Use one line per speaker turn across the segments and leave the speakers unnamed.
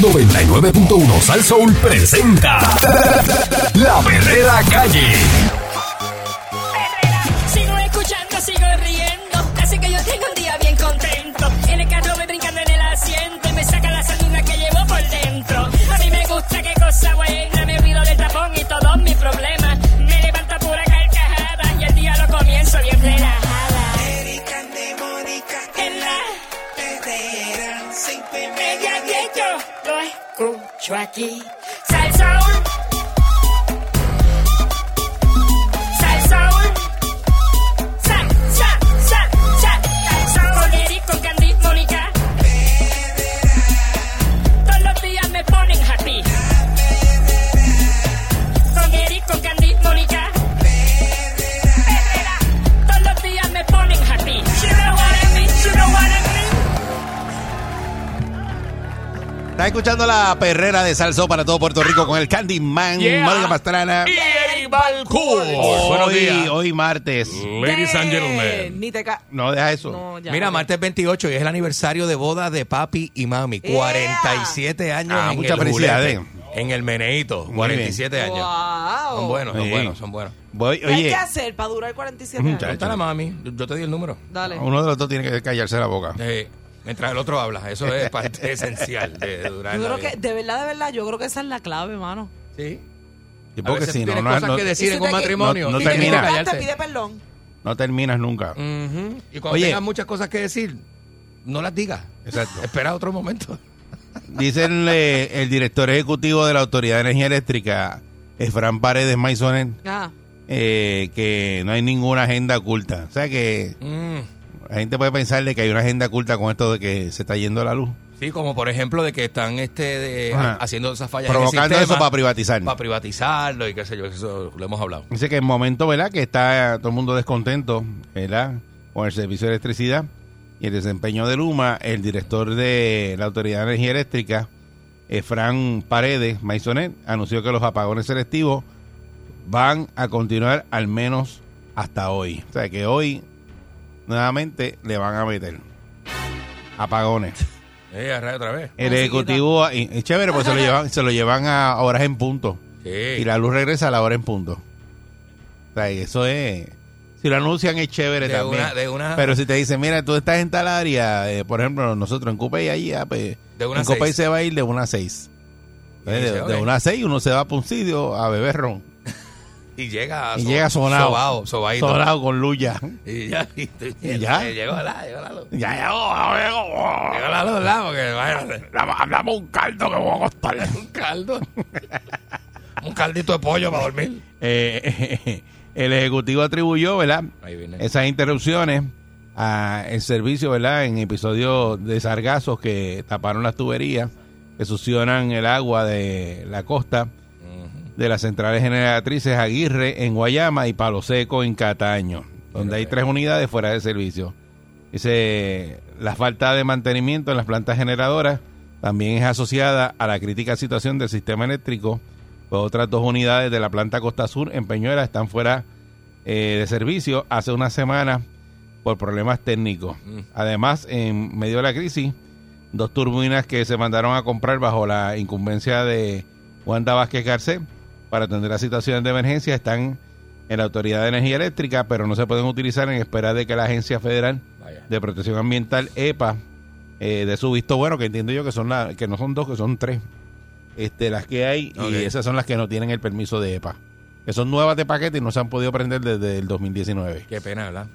99.1 Sal Soul presenta La Verdadera Calle.
perrera. Sigo escuchando, sigo riendo. Así que yo tengo un día bien contento. En el carro me brincando en el asiento y me saca la sardina que llevo por dentro. A mí me gusta qué cosa buena. Me olvido del tapón y todos mis problemas. Me levanta pura carcajada y el día lo comienzo bien relajada.
Erika de Mónica
En la
Herrera, cinco y
media
media
que yo lo escucho aquí. Sal Soul. Sal Soul. Sal, sal, sal, sal. Sal Soul. Con Eric, con Candy, Mónica. Todos los días me ponen happy. Con Eric, con Candy, Mónica. Perrera. Todos los días me ponen happy. You know what I mean, you know what I mean.
Estás escuchando la perrera de Salso para todo Puerto Rico con el Candyman,
Yeah.
Mónica Pastrana.
Y Eric Balcour. Buenos
Hoy,
días.
hoy martes.
Ladies and
Eh,
gentlemen.
Ni te ca-
No, deja eso.
No, ya.
Mira, martes 28 y es el aniversario de boda de papi y mami. 47 años.
Ah, eh.
en
muchas
el
felicidades.
julete, En el meneito.
bien.
47 años.
Wow.
Son buenos,
Sí.
son buenos, son buenos.
Voy-
¿Qué hay que
oye,
hacer para durar 47
Muchacho.
años?
Está la mami. Yo te di el número.
Dale.
uno de los dos tiene que callarse la boca.
Eh, mientras el otro habla. Eso es parte esencial de, de durar
Yo
en la
creo que,
vida.
de verdad, de verdad, yo creo que esa es la clave, mano.
Sí.
Y
A
porque
veces
si no,
tienes
no,
cosas
no-
que decir
Y
en
si
un
te-
matrimonio.
no- no
y
Y
tienes que
termina.
te
callarte.
pide perdón.
no terminas nunca.
Ujú. Y cuando
Oye.
tengas muchas cosas que decir, no las digas.
Exacto.
Espera otro momento.
Dicen eh, el director ejecutivo de la Autoridad de Energía Eléctrica, Fran Paredes Maisonet,
Ajá.
eh, que no hay ninguna agenda oculta. O sea que
Mm.
la gente puede pensar de que hay una agenda oculta con esto de que se está yendo la luz.
Sí, como por ejemplo de que están este de-
Ajá.
haciendo esas fallas
Provocando eso para privatizar.
para privatizarlo y qué sé yo, eso lo hemos hablado.
Dice que en momento, ¿verdad? Que está todo el mundo descontento, ¿verdad? Con el servicio de electricidad y el desempeño de Luma, el director de la Autoridad de Energía Eléctrica, Efran Paredes Maisonet, anunció que los apagones selectivos van a continuar al menos hasta hoy. O sea, que hoy nuevamente le van a meter apagones.
Eh, a rayos otra vez.
El
Así que
ejecutivo, y- es chévere, pues se lo llevan, se lo llevan a horas en punto. Y
Sí.
la luz regresa a la hora en punto. O sea, y eso es. Si lo anuncian es chévere
De
también.
una- de una-
Pero si te dicen, mira, tú estás en tal área, eh, por ejemplo, nosotros en Coupey allí, ah, pues,
De una
en Coupey
seis.
se va a ir de una a seis.
Y
Eh, De,
dice,
de
ok.
una a seis uno se va a un sitio a beber ron.
Y llega
Y llega sonado.
Ah, Sobao, sobaíto.
Solado con luz ya.
Y ya, y,
Y ya.
eh, Llegó la, llegó la luz.
Ya, ya, oh, oh,
Llegó la luz, ¿verdad? Porque imagínate,
oh, hablamos un caldo que voy a costar.
un caldo. un caldito de pollo para dormir.
Eh, el ejecutivo atribuyó, ¿verdad?
Ahí viene.
Esas interrupciones a el servicio, ¿verdad? En episodios de sargazos que taparon las tuberías, que succionan el agua de la costa de las centrales generatrices Aguirre en Guayama y Palo Seco en Cataño, donde hay tres unidades fuera de servicio. Dice, la falta de mantenimiento en las plantas generadoras también es asociada a la crítica situación del sistema eléctrico. Pues otras dos unidades de la planta Costa Sur en Peñuela están fuera eh, de servicio hace una semana por problemas técnicos. Además, en medio de la crisis, dos turbinas que se mandaron a comprar bajo la incumbencia de Wanda Vázquez Garcés para atender las situaciones de emergencia están en la Autoridad de Energía Eléctrica, pero no se pueden utilizar en espera de que la Agencia Federal
Vaya.
de Protección Ambiental, EPA, eh, de su visto bueno, que entiendo yo que son la- que no son dos, que son tres, este, las que hay,
Ok.
y esas son las que no tienen el permiso de EPA, que son nuevas de paquete y no se han podido prender desde el 2019.
Qué pena, ¿verdad?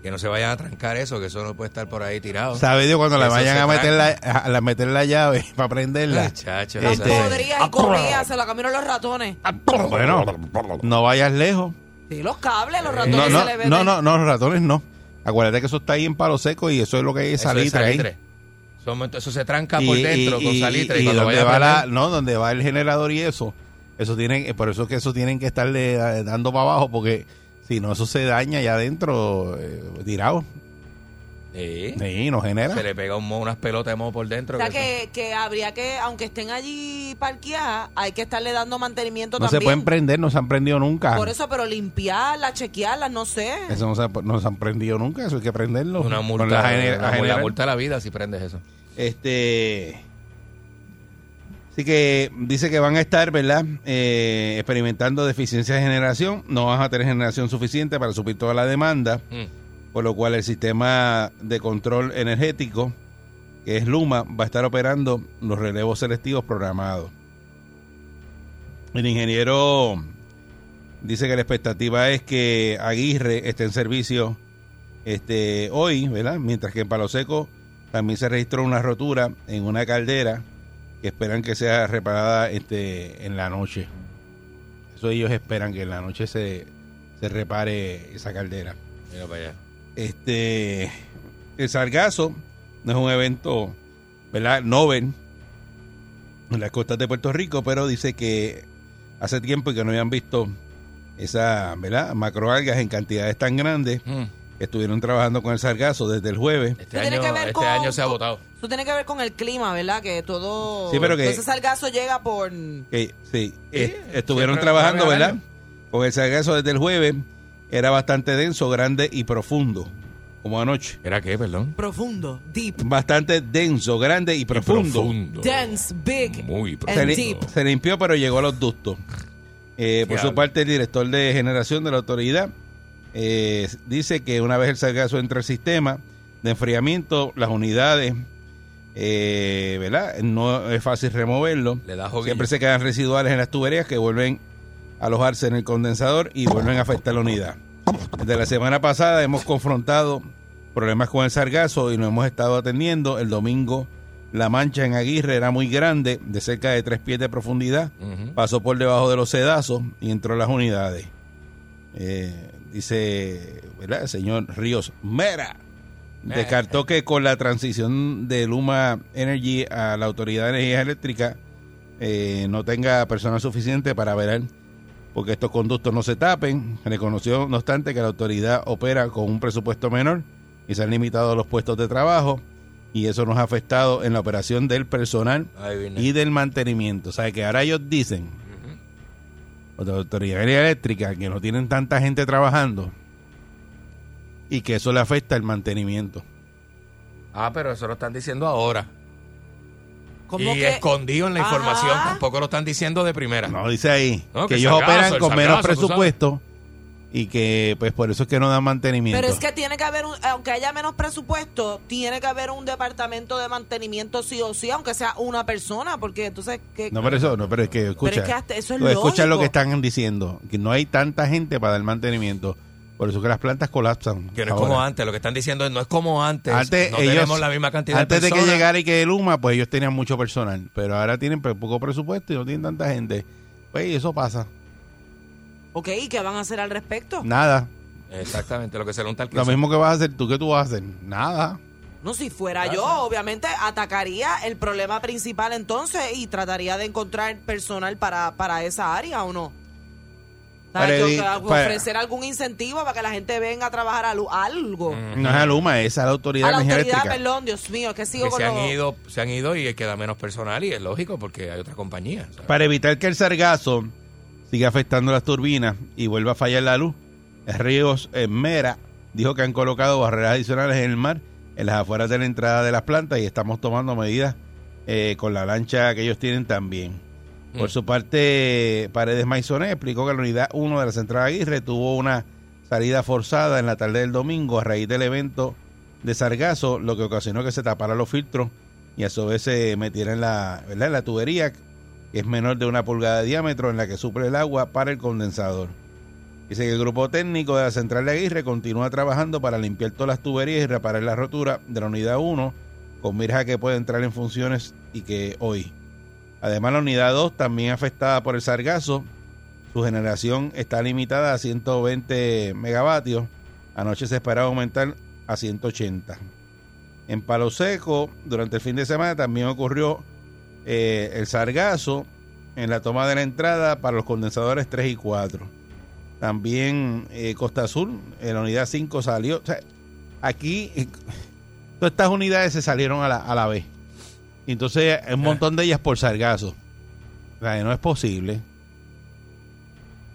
Que no se vayan a trancar eso, que eso no puede estar por ahí tirado.
¿Sabe Dios cuando le
Eso
vayan
se
a meter, la,
tranca.
a la- meter la llave para prenderla?
Muchachos,
Las
Este-
podrías y comías, se la camino los ratones.
Ah, Bueno, no vayas lejos.
Sí, los cables, los ratones
No, no,
se le ven.
no, no, no, los ratones no. Acuérdate que eso está ahí en palo seco y eso es lo que es
Eso es
salitre. ahí.
salitre. Son- Eso, se tranca
Y-
por
y-
dentro con
y-
salitre.
y
Y, cuando
donde
vaya
va
a
la-
prender-
no, donde va el generador y eso. Eso tienen, eh, por eso es que eso tienen que estarle eh, dando para abajo porque si no eso se daña ya adentro eh, tirado
Sí.
y no genera.
Se le pega un mo- unas pelotas de moho por dentro.
O sea,
que
que, que habría que, aunque estén allí parqueadas, hay que estarle dando mantenimiento
No se
también.
pueden prender, no se han prendido nunca.
Por eso, pero limpiarlas, chequearlas, no sé.
Eso no se, ha- no se han prendido nunca, eso hay que prenderlo.
son una
Con
multa.
la gener- la
una mu- la
general.
multa a la vida si prendes eso.
Este Así que dice que van a estar, ¿verdad? Eh, experimentando deficiencia de generación. No van a tener generación suficiente para suplir toda la demanda. Por lo cual el sistema de control energético, que es Luma, va a estar operando los relevos selectivos programados. El ingeniero dice que la expectativa es que Aguirre esté en servicio este, hoy, ¿verdad? Mientras que en Palo Seco también se registró una rotura en una caldera que esperan que sea reparada este, en la noche. Eso ellos esperan que en la noche se, se repare esa caldera.
Mira para allá.
Este, el sargazo no es un evento, ¿verdad? Noven en las costas de Puerto Rico, pero dice que hace tiempo que no habían visto esas, ¿verdad? Macroalgas en cantidades tan grandes.
Mm.
Estuvieron trabajando con el sargazo desde el jueves.
Este,
Eso tiene
año,
que ver
este
con-
año se ha votado.
Eso tiene que ver con el clima, ¿verdad? Que todo.
Sí, pero que-
Entonces el gaso llega por.
Que, sí, es- estuvieron
siempre
trabajando,
trabajan al
¿verdad? Con el sargazo desde el jueves. Era bastante denso, grande y profundo, como anoche.
¿Era qué, perdón?
Profundo, deep,
Bastante denso, grande y profundo.
dense, big.
Muy
se,
and
li-
deep.
se limpió, pero llegó a los ductos. Eh, por su
Diablo.
parte, el director de generación de la autoridad eh, dice que una vez el sargazo entre el sistema de enfriamiento, las unidades, eh, ¿verdad? No es fácil removerlo.
Le da joguillo.
Siempre se quedan residuales en las tuberías que vuelven a alojarse en el condensador y vuelven a afectar la unidad. Desde la semana pasada hemos confrontado problemas con el sargazo y lo hemos estado atendiendo. El domingo la mancha en Aguirre era muy grande, de cerca de tres pies de profundidad. Pasó por debajo de los sedazos y entró en las unidades. Eh, dice ¿verdad? el señor Ríos Mera. Descartó que con la transición de Luma Energy a la Autoridad de Energía Eléctrica eh, no tenga personal suficiente para velar porque estos conductos no se tapen. Reconoció, no obstante, que la autoridad opera con un presupuesto menor y se han limitado los puestos de trabajo y eso nos ha afectado en la operación del personal
Ahí viene.
y del mantenimiento. O sea, que ahora ellos dicen, o la autoridad eléctrica, que no tienen tanta gente trabajando y que eso le afecta el mantenimiento.
Ah, pero eso lo están diciendo ahora.
¿Cómo
y
que?
escondido en la información.
Ajá.
Tampoco lo están diciendo de primera.
No, dice ahí
No,
que,
que
ellos
sargazo,
operan
el
con menos
sargazo, tú sabes.
presupuesto y que pues por eso es que no dan mantenimiento.
Pero es que tiene que haber, un, aunque haya menos presupuesto, tiene que haber un departamento de mantenimiento sí o sí, aunque sea una persona, porque entonces. ¿qué?
No, pero eso, no, pero es que escucha.
es que hasta eso es
Tú escuchas lo
lógico.
que están diciendo, que no hay tanta gente para dar mantenimiento. Por eso que las plantas colapsan.
Que no es
ahora.
como antes. Lo que están diciendo es no es como antes.
Antes,
no
ellos,
tenemos la misma cantidad
antes
de
de que
personas.
llegara y que Luma, pues ellos tenían mucho personal. Pero ahora tienen pues, poco presupuesto y no tienen tanta gente. Pues y eso pasa.
Ok, ¿y qué van a hacer al respecto?
Nada.
Exactamente, lo que se le unta al
Lo
queso.
mismo que vas a hacer tú, ¿qué tú vas a hacer? Nada.
No, si fuera yo, obviamente atacaría el problema principal entonces y trataría de encontrar personal para, para esa área o no.
Para
¿Sabes? Yo,
evi-
ah,
para-
ofrecer algún incentivo para que la gente venga a trabajar a lu- algo.
No es a Luma, es a la autoridad
A la
de energía
autoridad,
eléctrica.
perdón, Dios mío, es que sigo
Que
con
se han
los-
ido, se han ido y queda menos personal y es lógico porque hay otra compañía. ¿sabes?
Para evitar que el sargazo siga afectando las turbinas y vuelva a fallar la luz, Ríos eh, Mera dijo que han colocado barreras adicionales en el mar, en las afueras de la entrada de las plantas y estamos tomando medidas eh, con la lancha que ellos tienen también. Por
Mm.
su parte, Paredes Maisonet explicó que la unidad 1 de la central Aguirre tuvo una salida forzada en la tarde del domingo a raíz del evento de sargazo, lo que ocasionó que se taparan los filtros y a su vez se metiera en la, ¿verdad? En la tubería, que es menor de una pulgada de diámetro, en la que suple el agua para el condensador. Dice que el grupo técnico de la central de Aguirre continúa trabajando para limpiar todas las tuberías y reparar la rotura de la unidad 1 con miras a que puede entrar en funciones y que hoy. Además, la unidad 2, también afectada por el sargazo, su generación está limitada a 120 megavatios. Anoche se esperaba aumentar a 180. En Palo Seco, durante el fin de semana, también ocurrió eh, el sargazo en la toma de la entrada para los condensadores 3 y 4. También eh, Costa Azul, en la unidad 5 salió. O sea, aquí, eh, todas estas unidades se salieron a la, a la vez. Y Entonces,
Ah.
un montón de ellas por sargazo. O sea, no es posible.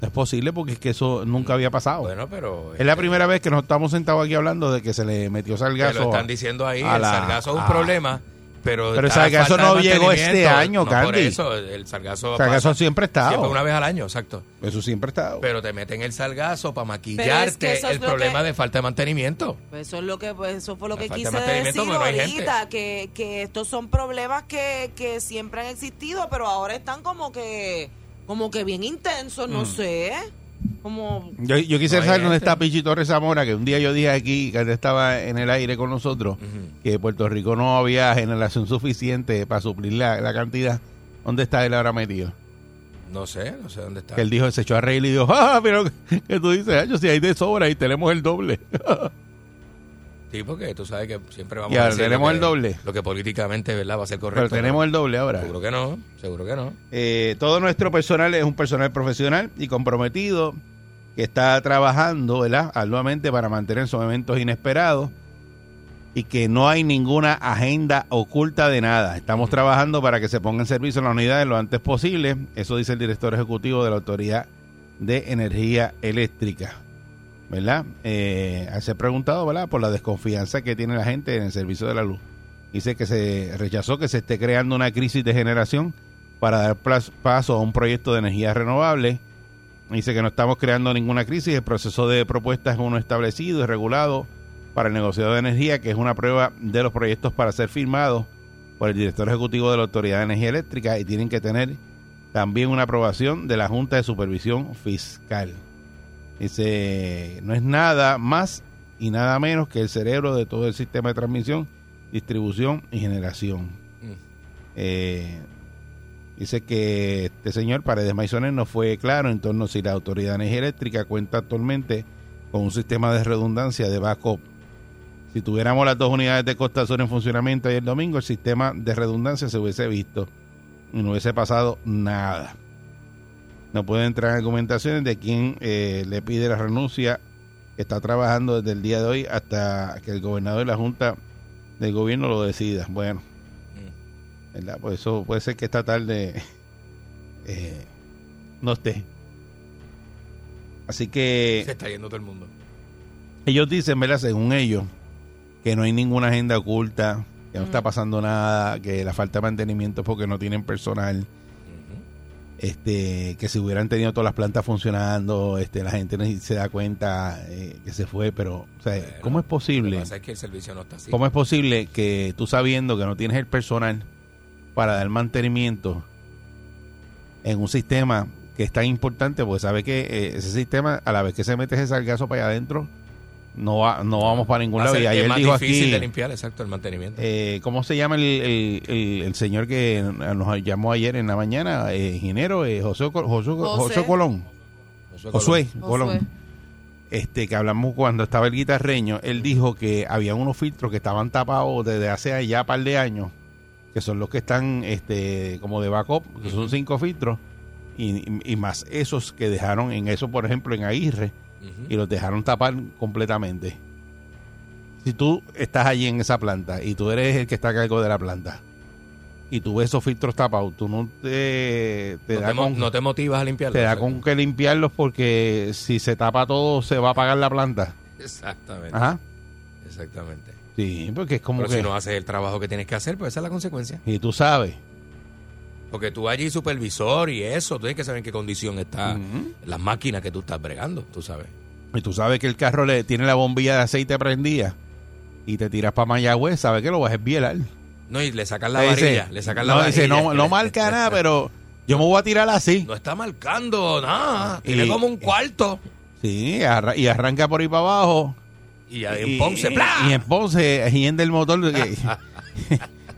No es posible porque es que eso nunca había pasado.
Mm. Bueno, pero este,
es la primera vez que nos estamos sentados aquí hablando de que se le metió
te
sargazo.
lo están diciendo ahí.
a
el
la-
sargazo es un
a-
problema pero.
Pero el
está
sargazo
falta
no
de
llegó este
mantenimiento.
año,
No, Por
Candy.
eso, el sargazo.
O sea, que eso
pasa
siempre está.
siempre una vez al año, exacto.
Eso siempre está.
Pero te meten el sargazo para
Pero es que
maquillarte
eso es
el
lo
problema
que-
de falta de mantenimiento.
Pues eso es lo que, pues eso fue lo
La
que
falta de
quise decir
mantenimiento, pero hay gente.
ahorita, que, que estos son problemas que, que siempre han existido, pero ahora están como que, como que bien intensos, no sé, como
Yo, yo quisiera
Mm. No este. hay
saber dónde
gente.
está Pichi Torres Zamora, que un día yo dije aquí, que él estaba en el aire con nosotros, que Puerto Rico no había generación suficiente para suplir la, la cantidad. ¿Dónde está él ahora metido?
No sé, no sé dónde está.
Que él dijo, se echó a reír y dijo, ah, pero que tú dices, "Ah, yo si hay de sobra y tenemos el doble.
Sí, porque tú sabes que siempre vamos
Y ahora
a decir
tenemos
lo que-
el doble.
Lo que políticamente, ¿verdad? Va a ser correcto.
pero tenemos el doble ahora.
Seguro que no, seguro que no.
Eh, todo nuestro personal es un personal profesional y comprometido que está trabajando ¿verdad? arduamente para mantener sus eventos inesperados y que no hay ninguna agenda oculta de nada. Estamos trabajando para que se ponga en servicio la unidad lo antes posible. Eso dice el director ejecutivo de la Autoridad de Energía Eléctrica. ¿Verdad? Eh, se ha preguntado ¿verdad? por la desconfianza que tiene la gente en el servicio de la luz. Dice que se rechazó que se esté creando una crisis de generación para dar plas- paso a un proyecto de energías renovables. Dice que no estamos creando ninguna crisis, el proceso de propuestas es uno establecido y regulado para el negociado de energía, que es una prueba de los proyectos para ser firmados por el director ejecutivo de la Autoridad de Energía Eléctrica y tienen que tener también una aprobación de la Junta de Supervisión Fiscal. Dice, no es nada más y nada menos que el cerebro de todo el sistema de transmisión, distribución y generación.
Mm.
Eh, Dice que este señor Paredes Maisones no fue claro en torno a si la Autoridad de Energía Eléctrica cuenta actualmente con un sistema de redundancia de backup. Si tuviéramos las dos unidades de Costa Azul en funcionamiento ayer domingo, el sistema de redundancia se hubiese visto y no hubiese pasado nada. No puede entrar en argumentaciones de quien eh, le pide la renuncia. Está trabajando desde el día de hoy hasta que el gobernador y la Junta del Gobierno lo decida. Bueno, ¿verdad? Pues eso puede ser que esta tarde eh, no esté. Así que
Se está yendo todo el mundo.
ellos dicen, ¿verdad? Según ellos, que no hay ninguna agenda oculta, que no está pasando nada, que la falta de mantenimiento es porque no tienen personal. Este, que si hubieran tenido todas las plantas funcionando, este, la gente ni se da cuenta eh, que se fue, pero, o sea,
Bueno,
¿cómo es
Lo que
posible?
pasa es que el servicio no está así.
¿Cómo es posible que tú sabiendo que no tienes el personal para dar mantenimiento en un sistema que es tan importante? Porque sabes que eh, ese sistema, a la vez que se mete ese sargazo para allá adentro, no, va, no vamos para ningún
Va a
lado.
ser
Y
que es
ayer
más
dijo
difícil de
aquí,
limpiar, exacto, el mantenimiento.
eh, ¿cómo se llama el, el- el- el señor que nos llamó ayer en la mañana? Eh, ingeniero, eh, José, Col- José-
José.
José Colón.
Eso es
Josué
Josué.
Colón. Este, que hablamos cuando estaba el guitarreño, él dijo que había unos filtros que estaban tapados desde hace ya un par de años, que son los que están este, como de backup, que son cinco filtros, y, y más esos que dejaron en eso, por ejemplo, en Aguirre,
Ujú.
y los dejaron tapar completamente. Si tú estás allí en esa planta y tú eres el que está a cargo de la planta, y tú ves esos filtros tapados, tú no te, te
no,
da
te mo-
con-
no te motivas a limpiarlo.
te da
exacto.
con que limpiarlos porque si se tapa todo se va a apagar la planta.
Exactamente.
Ajá.
Exactamente.
Sí, porque es como
Pero
que...
si no haces el trabajo que tienes que hacer, pues esa es la consecuencia.
Y tú sabes.
Porque tú allí supervisor y eso, tú tienes que saber en qué condición están
Ujú.
las máquinas que tú estás bregando, tú sabes.
Y tú sabes que el carro le tiene la bombilla de aceite prendida y te tiras para Mayagüez, sabes que lo vas a esbielar.
No, y le sacan la
Te dice,
varilla, le sacan la
no,
varilla.
dice, no, no marca nada, pero yo me voy a tirar así.
No está marcando nada, tiene
Y- eh,
como un cuarto.
Sí, arra- y arranca por ahí para abajo.
Y ya en
Y-
Ponce, ¡plá!
Y en Ponce, hiende el motor. que-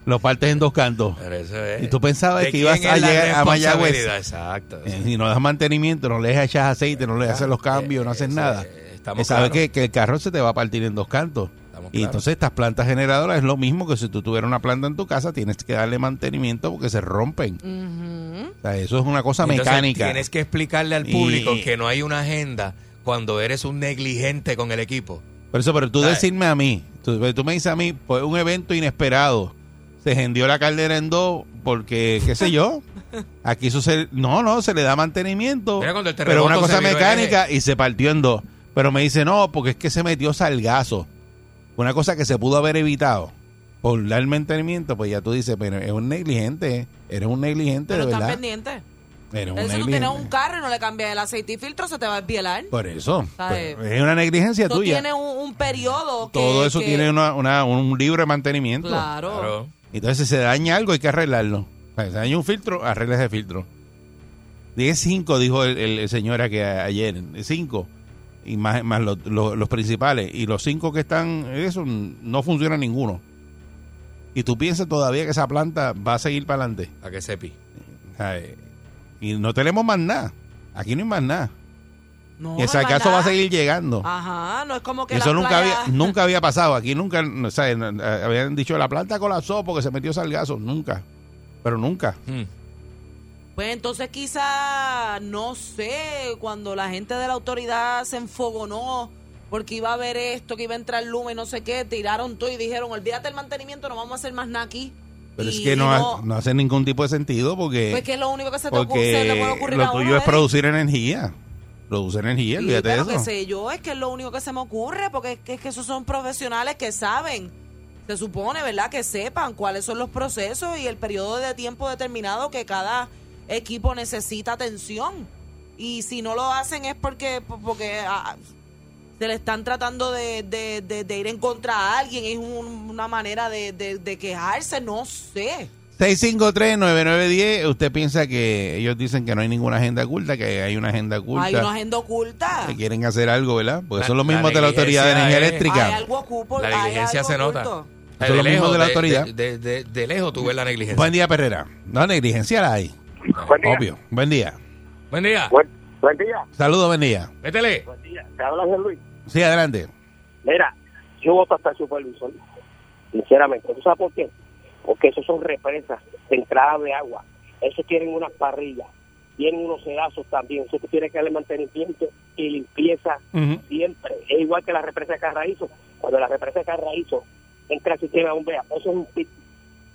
lo partes en dos cantos.
Pero eso es-
Y tú pensabas
¿De
que ibas
quién
a
es la
llegar a Mayagüez?
responsabilidad? Exacto.
Eh, Si no das mantenimiento, no le echas aceite, no le haces los cambios, no haces
eso,
nada.
eh, estamos
Sabes
claros.
que, que el carro se te va a partir en dos cantos.
Estamos
Y
claros.
entonces estas plantas generadoras es lo mismo que si tú tuvieras una planta en tu casa, tienes que darle mantenimiento porque se rompen. O sea, eso es una cosa
Entonces,
mecánica.
Tienes que explicarle al
Y-
público que no hay una agenda cuando eres un negligente con el equipo.
Por eso, pero tú
¿Sabes?
decirme a mí, tú, tú me dices a mí, pues un evento inesperado, se hendió la caldera en dos porque, qué sé yo, aquí eso se, no, no, se le da mantenimiento,
Mira, cuando el
pero una
terremoto
cosa
se viró el
mecánica y se partió en dos. Pero me dice, no, porque es que se metió salgazo, una cosa que se pudo haber evitado. por dar mantenimiento, pues ya tú dices, pero es un negligente, eres un negligente
Pero
de
estás
verdad.
pendiente.
Eres un
Eso tú
negligente.
tienes un carro y no le cambias el aceite y filtro, se te va a esbielar.
Por eso,
¿Sabes?
pues, es una negligencia
Tú
tuya.
tienes un, un periodo que...
Todo eso
que-
tiene una, una- un libre mantenimiento.
Claro.
Claro.
Entonces, si se daña algo, hay que arreglarlo. O sea, si se daña un filtro, arregla ese filtro. 10-5, dijo el, el señor aquí a- ayer. 5. Y más, más los, los- los principales. Y los 5 que están, eso, no funciona ninguno. Y tú piensas todavía que esa planta va a seguir para adelante.
A que sepi.
Ay, Y no tenemos más nada. Aquí no hay más nada.
No,
y el
no
sargazo va a
nada.
seguir llegando.
Ajá, no es como que
Eso
las
nunca había,
playas-
nunca había pasado. Aquí nunca, o sea, eh, habían dicho la planta colapsó porque se metió salgazo. Nunca. Pero nunca.
Hmm.
Pues entonces quizá, no sé, cuando la gente de la autoridad se enfogonó porque iba a haber esto, que iba a entrar luma y no sé qué, tiraron todo y dijeron, olvídate el mantenimiento, no vamos a hacer más nada aquí.
Pero es
Y-
que
y
no, ha- no hace ningún tipo de sentido porque,
Pues que es lo único que se te, ocurre, se te puede
porque
ocurrir
lo
a uno,
tuyo es
¿eh?
producir energía. Producir energía,
Sí,
olvídate de
pero
eso.
qué sé yo, es que es lo único que se me ocurre, porque es que, es que esos son profesionales que saben, se supone, ¿verdad? Que sepan cuáles son los procesos y el periodo de tiempo determinado que cada equipo necesita atención. Y si no lo hacen es porque, porque ah, se le están tratando de, de- de- de ir en contra a alguien, es un- una manera de, de- de quejarse, no sé.
653-9910. Usted piensa que ellos dicen que no hay ninguna agenda oculta, que hay una agenda oculta.
Hay una agenda oculta.
que quieren hacer algo, ¿verdad? Pues Porque
La-
son los
la
mismos de la Autoridad de Energía
negligencia es-
Hay
Eléctrica.
algo oculto.
La
hay
negligencia
algo
se nota.
oculto.
Eso es lo mismo de la autoridad.
De, de- de- de lejos tú ves la negligencia.
Buen día, Perrera. No, negligencia la hay.
Buen día.
Obvio. Buen día.
Buen día.
Buen, buen día.
Saludos, buen día.
Métele.
Buen día. Te habla José Luis.
Sí, adelante.
Mira, yo voto hasta el supervisor. Sinceramente. ¿Tú sabes por qué? Porque esos son represas de entrada de agua. Esos tienen unas parrillas. Tienen unos sedazos también. Eso tiene que darle mantenimiento y limpieza siempre. Es igual que la represa de Carraízo. Cuando la represa de Carraízo entra al sistema de bombea, eso es un pit.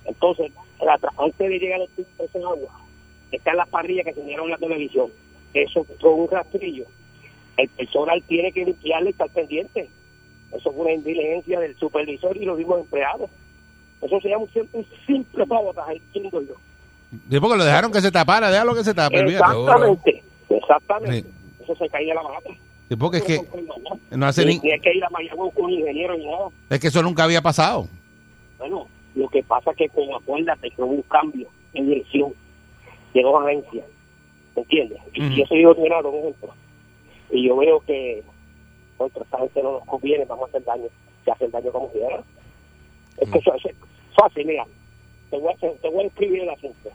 Entonces, la tra- antes de llegar al pit, eso es agua. Están las parrillas que se dieron en la televisión. Eso con un rastrillo. El personal tiene que limpiarle y estar pendiente. Eso fue una indigencia del supervisor y los mismos empleados. Eso se llama un sim- un simple sabotaje, entiendo yo.
Sí, porque lo dejaron que se tapara, déjalo que se tape. olvídate.
Exactamente, exactamente.
Sí.
Eso se caía la barata.
Sí, porque es que, no hace
ni,
ni-
ni hay que ir a Mayagüez con un ingeniero ni nada.
es que eso nunca había pasado.
Bueno, lo que pasa es que con acuérdate que hubo un cambio en dirección de dos agencias, ¿me entiendes? Y
Ujú.
yo soy ordenado, por ejemplo, y yo veo que contra esta gente no nos conviene, vamos a hacer daño, se hace el daño como quiera. Es que eso, eso es fácil, mira, te voy, a, hacer- te voy a escribir el asunto.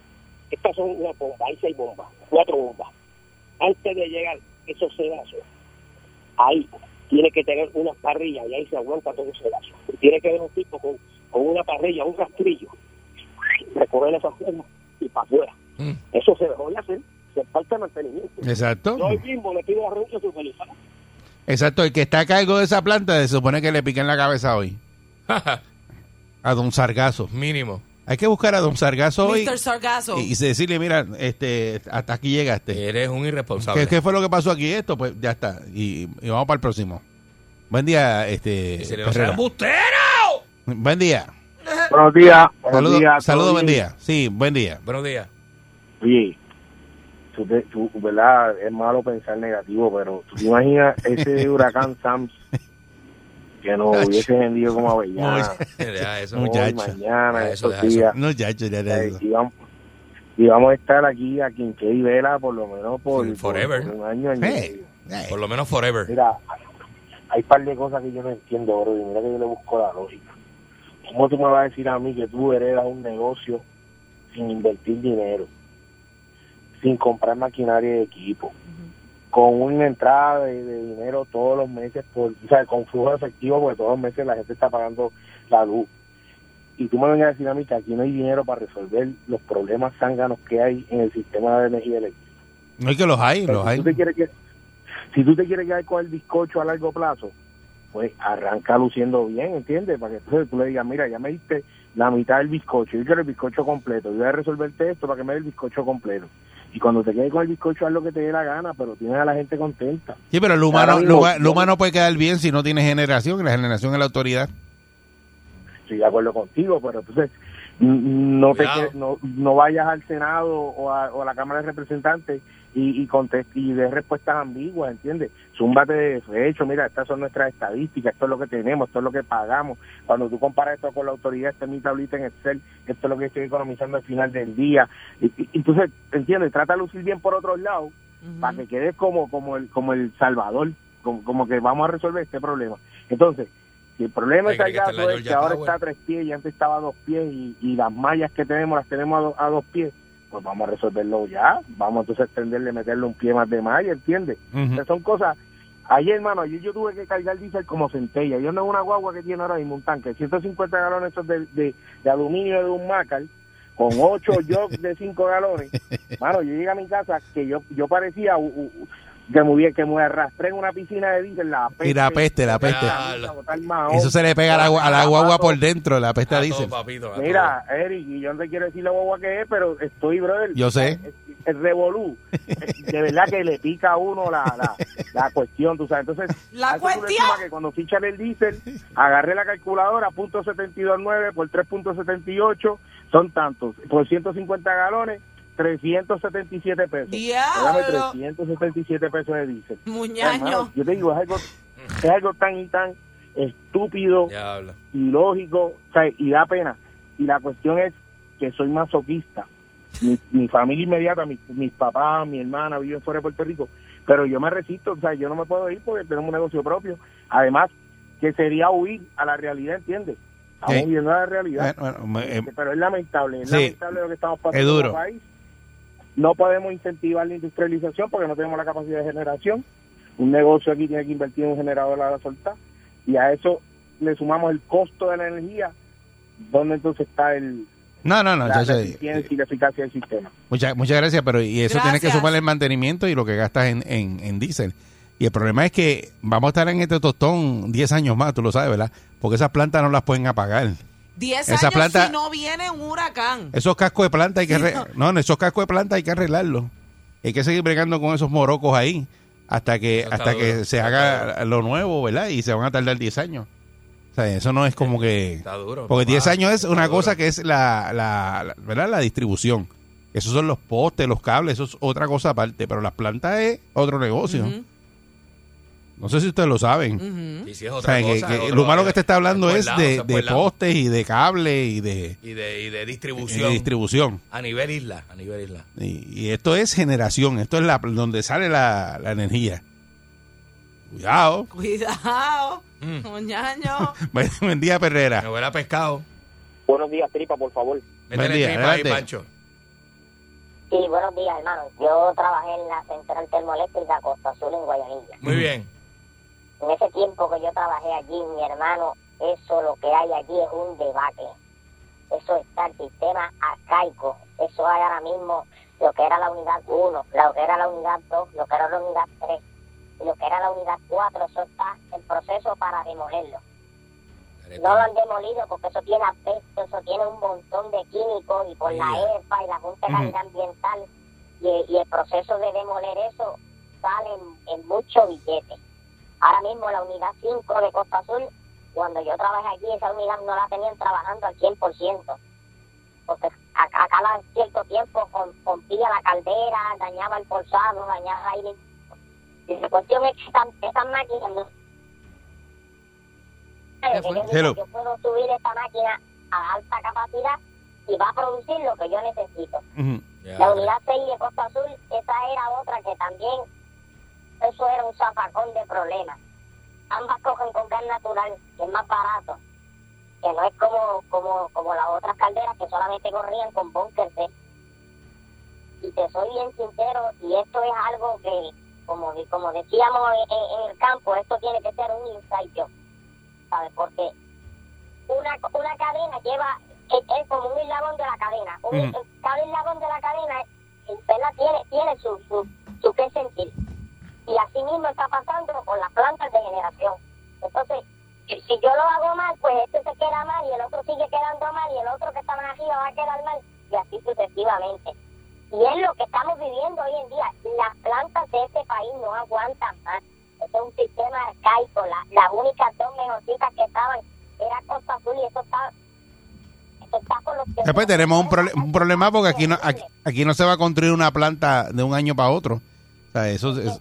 Estas son una bomba, hay seis bombas, cuatro bombas. Antes de llegar esos sedazos, ahí tiene que tener una parrilla y ahí se aguanta todo ese lazo. Y tiene que haber un tipo con, con una parrilla, un rastrillo, recorrer esa forma y para afuera.
Mm.
Eso se dejó de hacer, se falta mantenimiento.
Exacto.
Yo hoy mismo le pido a Rucho su felicidad.
Exacto. El que está a cargo de esa planta se supone que le piquen la cabeza hoy. a don Sargazo.
Mínimo.
Hay que buscar a don Sargazo hoy
Mr. Sargazo.
y, y decirle, mira, este, hasta aquí llegaste.
Eres un
¿Qué,
irresponsable.
qué fue lo que pasó aquí? Esto, pues ya está. Y, y vamos para el próximo. Buen día, este.
Y se le va a
Herrera.
hacer embustero.
Buen día.
Buenos días. buenos
Saludos,
días,
saludos,
¿todo
buen
bien?
día. Sí, buen día.
Buenos días.
Oye, tú, te- tú, ¿verdad? Es malo pensar negativo, pero tú te imaginas ese huracán Sams que nos hubiese vendido como avellana
Ya, eso.
hoy,
muchacho.
mañana,
Ah, eso,
esos
deja eso.
días.
No, ya, ya, ya, ya.
Eh, y, vamos, y vamos a estar aquí a quien y vela por lo menos por, por-
Forever.
por un año. año y
Eh,
medio.
eh.
Por lo menos forever.
Mira, hay un par de cosas que yo no entiendo, bro, y mira que yo le busco la lógica. ¿Cómo tú me vas a decir a mí que tú heredas un negocio sin invertir dinero, sin comprar maquinaria de equipo, con una entrada de, de dinero todos los meses, por, o sea, con flujo de efectivo, porque todos los meses la gente está pagando la luz? Y tú me vengas a decir a mí que aquí no hay dinero para resolver los problemas zánganos que hay en el sistema de energía eléctrica.
No es que los hay,
Pero
los
si,
hay.
tú te quieres que, si tú te quieres quedar con el bizcocho a largo plazo, pues arranca luciendo bien, ¿entiendes? Para que entonces tú le digas, mira, ya me diste la mitad del bizcocho, yo quiero el bizcocho completo, yo voy a resolverte esto para que me dé el bizcocho completo. Y cuando te quedes con el bizcocho, haz lo que te dé la gana, pero tienes a la gente contenta.
Sí, pero el humano,
Ahora
lo-
mismo-
lo humano puede quedar bien si no tiene generación, y la generación es la autoridad.
estoy de acuerdo contigo, pero entonces n- no te
Cuidado.
que- no, no vayas al Senado o a, o a la Cámara de Representantes y, y contest- y des respuestas ambiguas, ¿entiendes? Zúmbate de hecho, mira, estas son nuestras estadísticas, esto es lo que tenemos, esto es lo que pagamos. Cuando tú comparas esto con la autoridad, esta es mi tablita en Excel, esto es lo que estoy economizando al final del día. Y, y- entonces, ¿entiendes? Trata de lucir bien por otros lados para que quede como como el como el Salvador, como, como que vamos a resolver este problema. Entonces, si el problema
Ay,
es
creí que está en la
es que
Georgia
ahora
Tower.
está a tres pies y antes estaba a dos pies y, y las mallas que tenemos las tenemos a, do- a dos pies, pues vamos a resolverlo ya, vamos entonces a extenderle, meterle un pie más de malla, ¿entiendes?
Ujú.
O sea, son cosas... Ayer, hermano, ayer yo tuve que cargar diésel como centella. Yo no es una guagua que tiene ahora mismo un tanque, 150 galones esos de, de, de aluminio de un Macar, con ocho jobs de cinco galones. Mano, yo llegué a mi casa que yo yo parecía u- u- que me hubiera- que me arrastré en una piscina de diésel la peste.
Y la peste, la peste.
camisa, botar mahón.
Eso se le pega a la, gua- a la guagua por dentro, la peste
A
dice.
todo, papito, a
Mira, Eric, y yo no te quiero decir la boba que es, pero estoy, brother.
Yo sé.
El revolú. De verdad que le pica a uno la, la, la cuestión, tú sabes. Entonces,
La
a eso tú le
cuestión.
sumas que cuando fichan el diésel, agarré la calculadora, punto 729 por 3.78, son tantos. Por 150 galones, 377 pesos. Dame
Diablo.
377 pesos de diésel. Hermano,
Muñaño.
yo te digo, es algo, es algo tan y tan estúpido
todo. Diablo.
ilógico o sea, y da pena. Y la cuestión es que soy masoquista. Mi, mi familia inmediata, mi- mis papás, mi hermana viven fuera de Puerto Rico, pero yo me resisto, o sea, yo no me puedo ir porque tenemos un negocio propio. Además, que sería huir a la realidad, ¿entiendes? Estamos
Sí.
viviendo la realidad.
Bueno, bueno, me- eh,
Este, pero es lamentable, es
sí.
lamentable lo que estamos pasando
Es duro.
en el país. No podemos incentivar la industrialización porque no tenemos la capacidad de generación. Un negocio aquí tiene que invertir en un generador a la soltar. Y a eso le sumamos el costo de la energía, donde entonces está el,
no, no, no.
la
chacho, eh,
eficiencia y la eficacia del sistema.
muchas, muchas gracias, pero y eso tienes que
Gracias.
sumar el mantenimiento y lo que gastas en, en, en diésel. Y el problema es que vamos a estar en este tostón 10 años más, tú lo sabes, ¿verdad? Porque esas plantas no las pueden apagar.
Diez
Esa
años
planta-
si no viene un huracán.
Esos cascos de planta hay que arre- no, no, esos cascos de planta hay que arreglarlos. Hay que seguir bregando con esos morocos ahí hasta que
Eso está
hasta que
duro.
se haga lo nuevo, ¿verdad? Y se van a tardar 10 años. O sea, eso no es como que
Está duro.
porque
papá.
10 años es
Está
una
duro.
cosa que es la, la, la- ¿verdad? La distribución. Esos son los postes, los cables, eso es otra cosa aparte, pero las plantas es otro negocio.
Ujú,
No sé si ustedes lo saben.
ujú.
Y si es
O
otra
sea, que,
cosa,
que
otro-
lo malo que te está hablando
otro
es
lado,
de,
otro
de
lado.
postes y de cables y de,
Y de, y de
y de
distribución.
distribución.
a nivel isla. A nivel isla.
Y, y esto es generación, esto es la, donde sale la, la energía. Cuidado.
Cuidado.
Mm.
Muñaño.
Buen, buen día, Perrera.
Me huele a pescado.
Buenos días, tripa, por favor.
Métele
día,
tripa ahí,
adelante.
Pancho.
Sí, buenos días, hermano. Yo trabajé en la central termoeléctrica Costa Azul en Guayanilla.
Muy bien.
En ese tiempo que yo trabajé allí, mi hermano, eso lo que hay allí es un debate. Eso está el sistema arcaico. Eso hay ahora mismo lo que era la unidad 1, lo que era la unidad 2, lo que era la unidad 3 y lo que era la unidad 4. Eso está en proceso para demolerlo. No lo han demolido porque eso tiene asbesto, eso tiene un montón de químicos y por la EPA y la Junta de Calidad Ambiental y, y el proceso de demoler eso sale en, en mucho billete. Ahora mismo la unidad 5 de Costa Azul, cuando yo trabajé aquí, esa unidad no la tenían trabajando al 100%. Porque a- a cada cierto tiempo com- rompía la caldera, dañaba el forzado, dañaba el aire. Y la cuestión es que estas estas máquinas no
¿Qué fue?
yo digo,
Hello.
yo puedo subir esta máquina a alta capacidad y va a producir lo que yo necesito.
Ujú.
Ya.
La unidad 6 de Costa Azul, esa era otra que también, eso era un zapacón de problemas. Ambas cogen con gas natural, que es más barato, que no es como, como, como las otras calderas que solamente corrían con búnker C. Y te soy bien sincero, y esto es algo que, como, de- como decíamos en, en- en el campo, esto tiene que ser un insight job, ¿sabes? Porque una, una cadena lleva, es, es como un eslabón de la cadena. Un, Cada eslabón de la cadena eh, ¿verdad? tiene, tiene su, su, su qué sentir. Y así mismo está pasando con las plantas de generación. Entonces, si si yo lo hago mal, pues este se queda mal y el otro sigue quedando mal y el otro que está más arriba va a quedar mal y así sucesivamente. Y es lo que estamos viviendo hoy en día. Las plantas de este país no aguantan más. Este es un sistema arcaico. La- las únicas dos mejorcitas que estaban
era Costa Azul y eso está, eso está con los que...
Después tenemos un, prole- un problema porque aquí no, aquí, aquí no se va a construir una planta de un año para otro. O sea, eso es-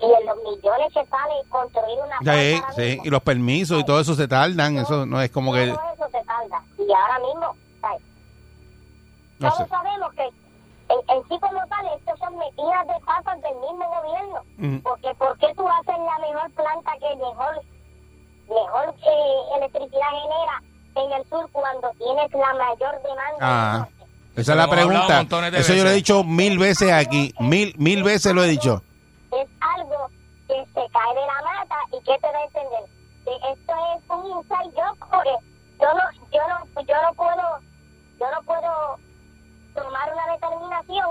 Y en los millones que sale construir una
ya eh,
casa ahora
es- sí,
mismo,
y los permisos y todo eso se tardan. Eso no es como que.
todo eso se tarda. Y ahora mismo, ¿sabes?
No sé.
todos sabemos que en, en sí como tal, esto son metidas de patas del mismo gobierno.
Mm.
Porque ¿por qué tú haces la mejor planta que mejor, mejor eh, electricidad genera en el sur cuando tienes la mayor demanda?
Ah, esa es la
Lo hemos hablado
pregunta.
montones de
Eso yo lo he
veces.
dicho mil veces aquí. Mil, mil veces lo he dicho.
es algo que se cae de la mata y que te da a entender que esto es un inside job porque yo no yo no yo no puedo yo no puedo tomar una determinación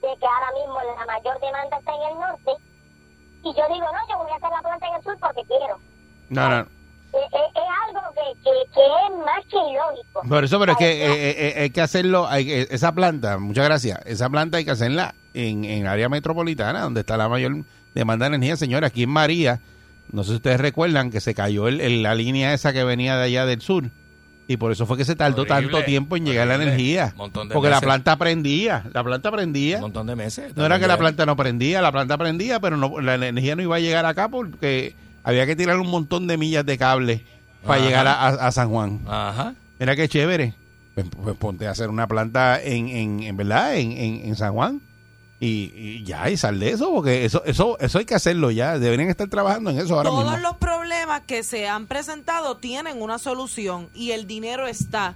de que ahora mismo la mayor demanda está en el norte y yo digo no yo voy a hacer la planta en el sur porque quiero
No, no.
es, es- es algo que, que, que es más que ilógico
Por eso, pero es que eh, eh, eh, hay que hacerlo, hay que- esa planta, muchas gracias, esa planta hay que hacerla en, en área metropolitana, donde está la mayor demanda de energía. Señora, aquí en María, no sé si ustedes recuerdan que se cayó el- el- la línea esa que venía de allá del sur. Y por eso fue que se tardó
Horrible,
tanto tiempo en llegar la
horrible.
energía.
Montón de
Porque la
meses.
planta prendía, la planta prendía.
Un montón de meses.
No era que la planta no prendía, la planta prendía, pero no, la energía no iba a llegar acá porque había que tirar un montón de millas de cable para
Ajá.
llegar a, a- a San Juan.
Ajá.
Mira qué chévere. Pues, pues ponte a hacer una planta en, en, en verdad, en, en, en San Juan. Y, y ya, y sal de eso, porque eso, eso, eso hay que hacerlo ya. Deberían estar trabajando en eso ahora
Todos
mismo.
los problemas que se han presentado tienen una solución y el dinero está.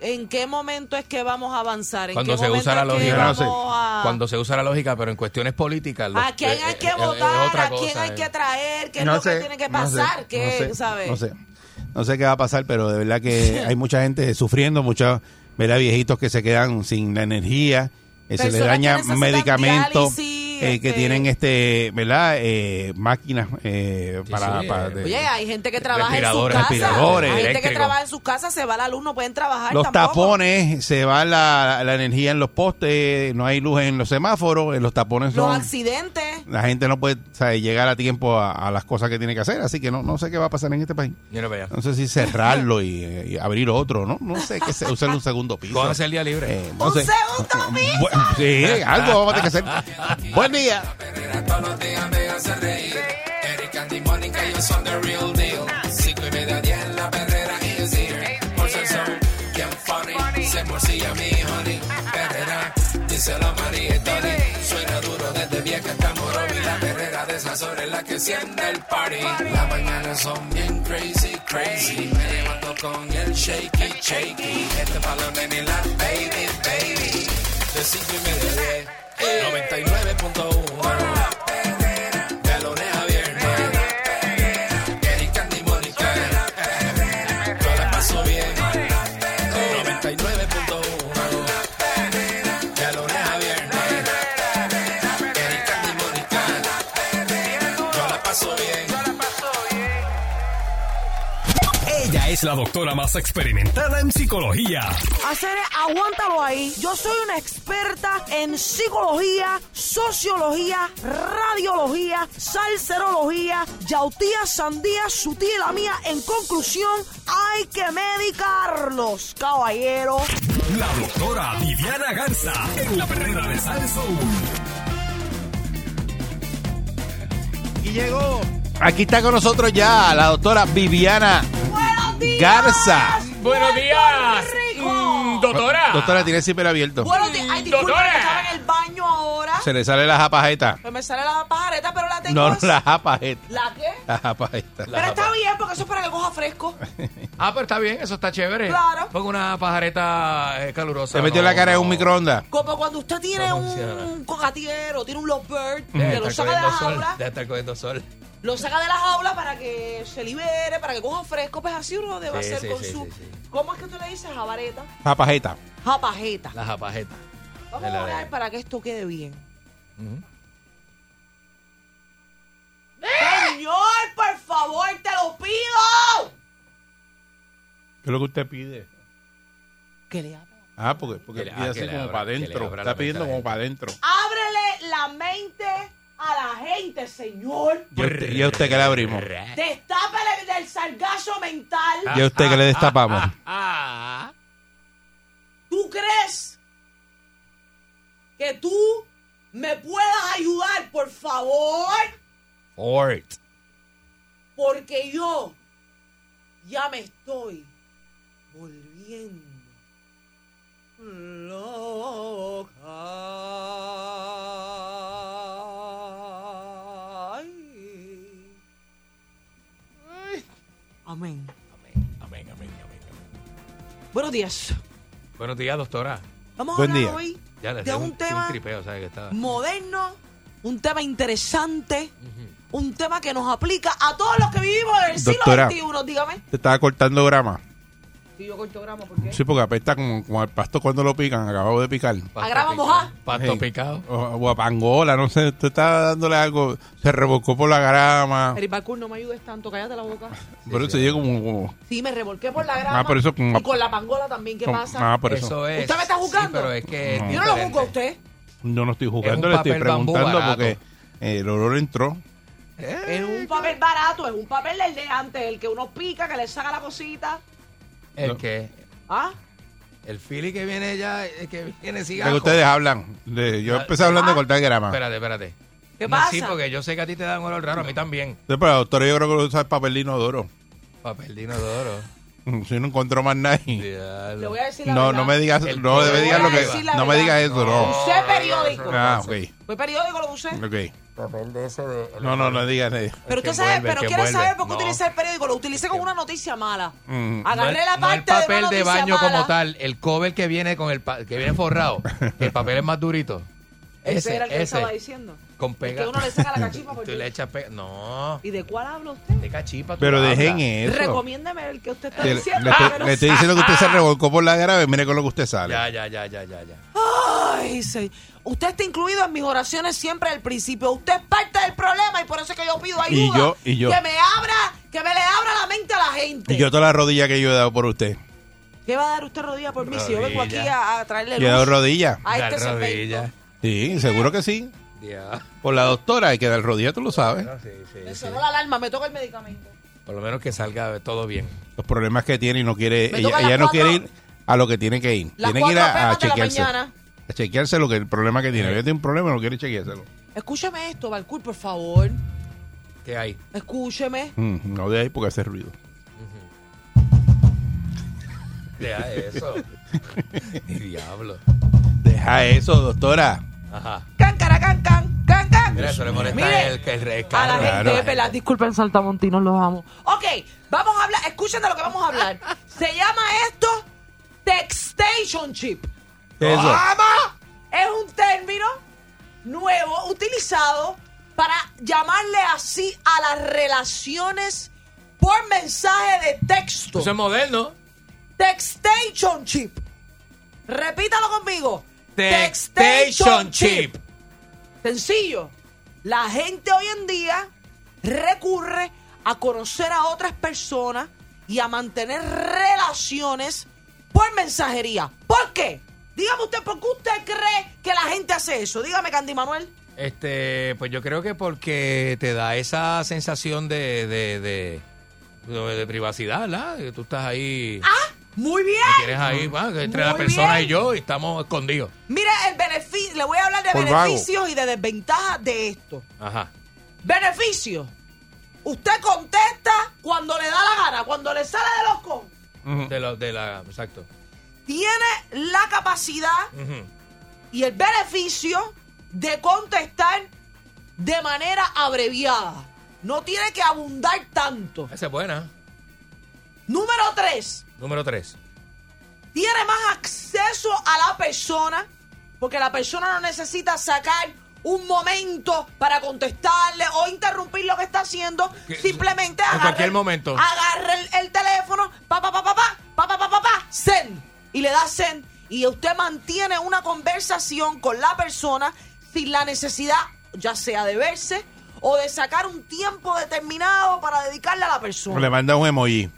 ¿En qué momento es que vamos a avanzar? ¿En
Cuando
qué
se
momento
usa la
es que
lógica.
vamos
Yo no sé.
a-
Cuando se usa la lógica, pero en cuestiones políticas. los-
¿A quién hay
eh,
que
eh, es
votar?
otra
¿A quién
cosa,
hay
eh.
que traer? ¿Qué es lo que tiene que
no sé,
pasar? ¿Qué,
no sé,
sabes?
No sé, no sé qué va a pasar, pero de verdad que hay mucha gente sufriendo, muchos ¿verdad? viejitos que se quedan sin la energía, eh, se les
Personas que
dañan
necesitan
medicamentos,
diálisis,
eh, que
este-
tienen este, ¿verdad? Eh, máquinas eh,
Sí,
para...
sí,
para-
eh,
de-
Oye, hay gente que trabaja en sus
Respiradores,
casas.
respiradores,
hay gente que
eléctricos.
trabaja en sus casas, se va la luz, no pueden trabajar.
los
tampoco.
tapones, se va la, la energía en los postes, no hay luz en los semáforos, eh, los tapones
Los
son...
accidentes.
La gente no puede ¿sabes? llegar a tiempo a, a las cosas que tiene que hacer, así que no, no sé qué va a pasar en este país.
Mira para allá.
No sé si cerrarlo y, eh, y abrir otro, ¿no? No sé, que se usen un segundo piso.
Cójanse el día libre.
Eh, no
¡Un
sé.
segundo piso!
Bu- sí, algo vamos a tener que hacer. Buen día.
Ella es la doctora más experimentada en psicología.
Hacer, aguántalo ahí. Yo soy una experta en psicología, sociología, radiología, salserología, yautía, sandía, su tía y la mía. En conclusión, hay que medicarlos, caballero.
La doctora Viviana Garza en la perrera de Salsoul.
Y llegó. Aquí está con nosotros ya la doctora Viviana
¡Buenos días!
Garza.
Buenos
Puerto
días,
Rico.
mm, doctora.
Doctora, tiene el zipper abierto.
Buenos días. Ay, disculpa,
Doctora.
que estaba en el baño ahora.
Se le sale la japajeta.
Pues me sale la pajareta, pero la tengo.
No, no,
en-
la japajeta.
¿La qué?
La japajeta.
pero está bien, porque eso es para que coja fresco.
Ah, pero está bien, eso está chévere.
Claro.
Pongo una pajareta eh, calurosa.
Se metió
no,
la cara en
no.
un microondas.
Como cuando usted tiene
No funciona.
un cocatiero, tiene un lovebird,
Deja
que
de
lo
estar
saca de la
cogiendo sol.
jaula,
Deja de estar cogiendo sol.
lo saca de la jaula para que se libere, para que coja fresco, pues así uno debe
Sí,
hacer
sí,
con
sí,
su...
sí, sí.
¿Cómo es que tú le dices jabareta?
Japajeta.
Japajeta.
La japajeta.
Vamos
la
a orar
verdad.
para que esto quede bien.
Ujú.
Señor, por favor, te lo pido.
¿Qué es lo que usted pide?
Que le abra.
Ah, porque, porque
Que le-
pide
ah,
así
que le
como
abra-
para
que le
adentro.
abra la
Está pidiendo
mente a la
como para adentro.
Ábrele la mente a la gente, señor.
¿Y a usted, y a usted que le abrimos?
Destápale del sargazo mental.
¿Y a usted que le destapamos?
¿Tú crees que tú me puedas ayudar, por favor?
Ort.
Porque yo ya me estoy volviendo loca. Ay. Ay. Amén.
Amén, amén, amén.
Buenos días.
Buenos días, doctora.
Vamos
Buen
a hablar
día.
hoy
Ya le
de
tengo
un tema
tripeo, ¿sabes que está?
moderno, un tema interesante, un tema que nos aplica a todos los que vivimos en el
Doctora.
siglo XXI, dígame.
Te estaba cortando grama.
Y yo corto grama, ¿por qué?
Sí, porque apesta como, como al pasto cuando lo pican. Acabado de picar.
A grama mojada.
Pasto
Sí.
picado.
O, o a pangola, no sé. Usted estaba dándole algo. Se revolcó por la grama.
Eric Balcour, no me ayudes tanto, cállate la boca.
Ah. Por eso llega como... como-
Sí, me revolqué por la grama.
Ah, pero eso con la-
y con la pangola también, ¿qué
como-
pasa?
ah, por eso.
Eso es.
¿Usted me está
sí,
juzgando?
pero es que.
No.
Yo no lo juzgo a usted.
Yo no estoy
Es
jugando,
un
le estoy
papel bambú
preguntando
barato.
porque eh, el olor entró.
Es
Eh.
un papel barato, es un papel del de antes, el que uno pica, que le saca la cosita.
Es
No.
que
¿Ah?
el Philly que viene ya, el que
Ya
viene
que
cigarro.
ustedes hablan. de- yo
Ah,
empecé hablando
ah,
de cortar grama.
Espérate, espérate.
¿Qué
No,
pasa?
Sí, porque yo sé que a ti te dan olor raro, a mí también.
Sí, pero pues, la doctora yo creo que lo usa el papel de inodoro.
Papel de inodoro.
Mm, Si no encontró más nadie.
Diablo.
Le voy a decir la
No,
verdad.
no me digas,
El
no
que-
me digas lo
Voy a
que,
decir la
no me
verdad.
digas eso, no.
Usé periódico.
Ah, ok,
Fue periódico, lo usé.
ok. No, no, no digas eso.
Pero
que
usted sabe,
vuelve,
pero
que
quiere
vuelve.
saber por qué
No.
utilicé el periódico. Lo utilicé con una noticia mala.
Mm.
No
Agarré
el-
la
no
parte
el papel
de,
de,
una noticia
baño
mala.
como tal, el cover que viene con el pa- que viene forrado, que el papel es más durito.
Ese,
Ese,
era el que
ese.
estaba diciendo.
Con
Es
pega.
Que uno le saca la cachifa
Tú le
porque...
echas pe- No,
¿Y de cuál habla usted?
de cachipa. tú
Pero
hablas.
dejen eso.
Recomiéndeme el que usted está
Que Le, le
diciendo.
estoy,
porque no
le estoy
sé.
diciendo que usted se revolcó por la grave, mire con lo que usted sale.
Ya, ya, ya, ya, ya, ya.
Ay, sí. Usted está incluido en mis oraciones siempre al principio. Usted es parte del problema y por eso es que yo pido ayuda.
Y yo- y yo.
Que me abra, que me le abra la mente a la gente.
Y yo toda la rodilla que yo he dado por usted.
¿Qué va a dar usted rodilla por mí si yo vengo aquí
Rodilla.
a, a traerle
Yo he dado
luz
rodilla.
a
La
este
rodilla.
segmento?
Sí, seguro que sí.
Ya.
Por la doctora hay que dar rodilla, tú lo sabes.
No, sí, sí,
Me
sí.
sonó la alarma, me toca el medicamento.
Por lo menos que salga todo bien.
Los problemas que tiene y no quiere,
Me
ella,
tocan las
ella no quiere
cuatro-
ir a lo que tiene que ir.
Las
Tiene que ir
cuatro
a, a
pepas de la
chequearse.
mañana.
A chequearse lo que el problema que tiene. Ella tiene un problema, no quiere chequeárselo.
Escúcheme esto, Balcour, por favor.
¿Qué hay?
Escúcheme.
Mm, no de ahí porque hace ruido.
Deja eso. Diablo.
Deja eso, doctora.
Ajá.
Can, cara, can, can, can, can.
Mira, eso le molesta
Mire,
el que el, el
A la
carro.
Claro.
gente, ¿verdad? Disculpen, saltamontinos, los amo. Ok, vamos a hablar, escuchen de lo que vamos a hablar. Se llama esto Textation Chip.
¿Qué es eso?
¡Ama! Es un término nuevo, utilizado para llamarle así a las relaciones por mensaje de texto.
Eso es moderno.
Textation Chip. Repítalo conmigo.
Textation chip.
Sencillo. La gente hoy en día recurre a conocer a otras personas y a mantener relaciones por mensajería. ¿Por qué? Dígame usted, ¿por qué usted cree que la gente hace eso? Dígame, Candy Manuel.
Este, pues yo creo que porque te da esa sensación de, de, de, de- de privacidad, ¿verdad? Que tú estás ahí,
¡Ah! ¡Muy bien!
me tienes ahí, va, entre la
Muy
persona
bien.
y yo, y estamos escondidos.
Mira, el beneficio, le voy a hablar de
Por vago.
beneficios y de desventajas de esto.
Ajá.
Beneficio. Usted contesta cuando le da la gana, cuando le sale de los con.
De, la, de la, exacto.
Tiene la capacidad
Ujú.
y el beneficio de contestar de manera abreviada. No tiene que abundar tanto.
Esa es buena.
Número tres.
Número tres.
tiene más acceso a la persona, porque la persona no necesita sacar un momento para contestarle o interrumpir lo que está haciendo.
Que-
Simplemente
en
agarra,
cualquier
el-
momento.
agarra el, el teléfono, pa pa pa pa pa, pa pa pa pa pa, send y le da send y usted mantiene una conversación con la persona sin la necesidad, ya sea de verse o de sacar un tiempo determinado para dedicarle a la persona.
Le manda un emoji.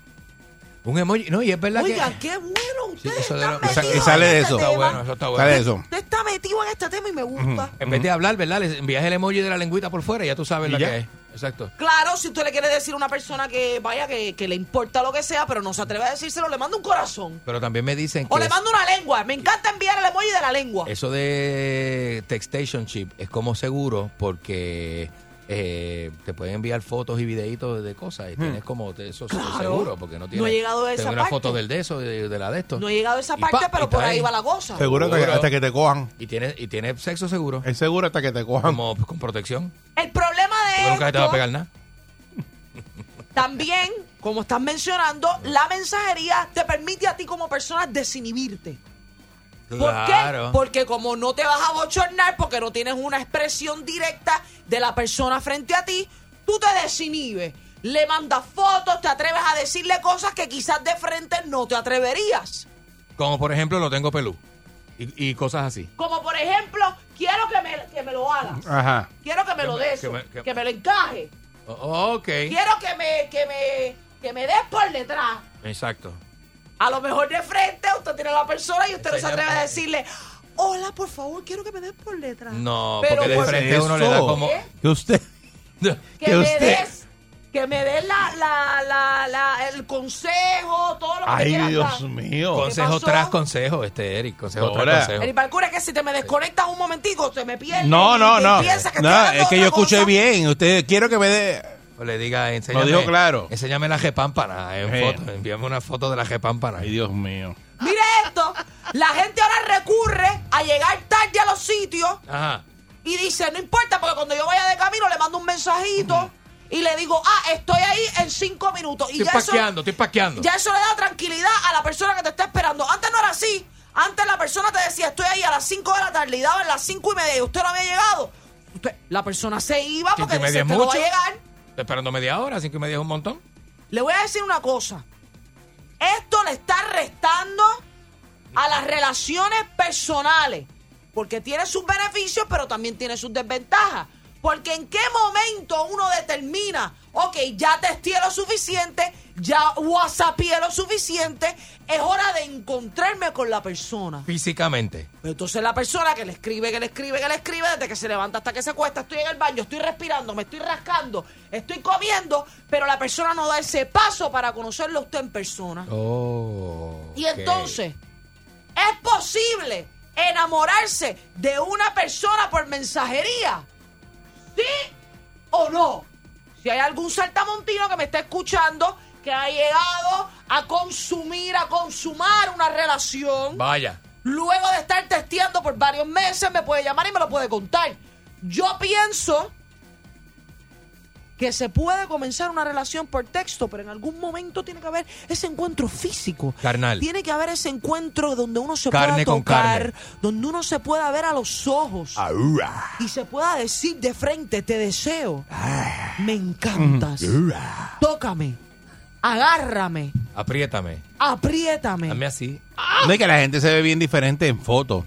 Un emoji. No, y es verdad
Oigan,
que.
qué bueno. Usted
Sí, eso de lo-
Y, sa- y sale
este
de eso.
Está bueno, eso está bueno.
Sale de eso.
usted está metido en este tema y me gusta.
En vez de hablar, ¿verdad? Les envías el emoji de la lengüita por fuera y ya tú sabes
Y
la
ya.
que es. Exacto.
Claro, si usted le quiere decir a una persona que vaya, que, que le importa lo que sea, pero no se atreve a decírselo, le manda un corazón.
Pero también me dicen que.
O le
es-
manda una lengua. Me encanta enviar el emoji de la lengua.
Eso de textation chip es como seguro porque eh, te pueden enviar fotos y videitos de cosas y
Hmm.
tienes como te- eso es seguro porque no tienes
he llegado a
tengo
esa
una
parte.
foto del de eso de, de la de esto
No he llegado a esa
Y
parte,
pa,
pero
y
por
está
ahí va la cosa.
Seguro hasta que,
Seguro.
hasta que te cojan.
y tiene y tiene sexo seguro
Es seguro hasta que te cojan.
como pues, con protección
El problema
Porque
de
nunca se te va a
esto,
pegar nada
también, como estás mencionando, la mensajería te permite a ti como persona desinhibirte. ¿Por qué? Porque como no te vas a bochornar, porque no tienes una expresión directa de la persona frente a ti, tú te desinhibes. Le mandas fotos, te atreves a decirle cosas que quizás de frente no te atreverías.
como por ejemplo lo tengo pelú y, y cosas así
Como por ejemplo, quiero que me, que me lo hagas.
Ajá.
Quiero que me lo
me-
des.
Ah. que me-
Que,
que-
me lo encaje.
O- ok
Quiero que me, que me, que me des por detrás.
exacto
A lo mejor de frente usted tiene a la persona y usted no se
Enseña-
atreve a decirle, hola, por favor, quiero que me des por detrás.
no
Pero
porque de
por-
frente a uno le da
Eso.
como
¿Qué?
Que usted.
que
que
me
usted-
des que me des la, la, la, la- el consejo, todo lo que
Ay,
quieras
Dios
dar.
mío.
consejo
pasó?
tras consejo este Eric consejo
Ahora.
tras consejo
El parkour es que si te me desconectas un momentico, te me pierdes.
No,
y
no,
te
no.
piensas que estoy
No,
hablando
es que
de
yo
otra
escuché
cosa.
bien. Usted quiero que me dé.
O Pues le diga, enséñame.
dijo claro.
Enséñame la repámpana en
Sí.
foto. Envíame una foto de la repámpana.
Ay, Dios mío.
Mire esto, la gente ahora recurre a llegar tarde a los sitios
Ajá.
y dice, no importa, porque cuando yo vaya de camino le mando un mensajito y le digo, ah, estoy ahí en cinco minutos. Y
Estoy
ya eso-
paqueando, estoy paqueando.
Ya eso le da tranquilidad a la persona que te está esperando. Antes no era así. Antes la persona te decía, estoy ahí a las 5 de la tarde y daban las 5 y media y usted no había llegado. Usted- la persona se iba
Cinco y
porque
media
dice,
es
usted no va a
mucho".
llegar.
Estoy esperando media hora, cinco y media es un montón.
Le voy a decir una cosa. Esto le está restando a las relaciones personales. Porque tiene sus beneficios, pero también tiene sus desventajas. Porque en qué momento uno determina, ok, ya testeé lo suficiente, ya WhatsAppé lo suficiente, es hora de encontrarme con la persona.
Físicamente.
Pero Pues entonces la persona que le escribe, que le escribe, que le escribe, desde que se levanta hasta que se cuesta, estoy en el baño, estoy respirando, me estoy rascando, estoy comiendo, pero la persona no da ese paso para conocerlo a usted en persona.
Oh.
Y
ok.
entonces, ¿es posible enamorarse de una persona por mensajería? ¿Sí o no? Si hay algún saltamontino que me está escuchando que ha llegado a consumir, a consumar una relación.
Vaya.
Luego de estar testeando por varios meses, me puede llamar y me lo puede contar. Yo pienso que se puede comenzar una relación por texto, pero en algún momento tiene que haber ese encuentro físico.
Carnal.
Tiene que haber ese encuentro donde uno se
Carne
pueda
con
tocar,
carne.
donde uno se pueda ver a los ojos
Ahura.
y se pueda decir de frente, te deseo,
Ah.
me encantas, tócame, agárrame,
Apriétame. Dame
apriétame.
así.
No es que la gente se ve bien diferente en fotos.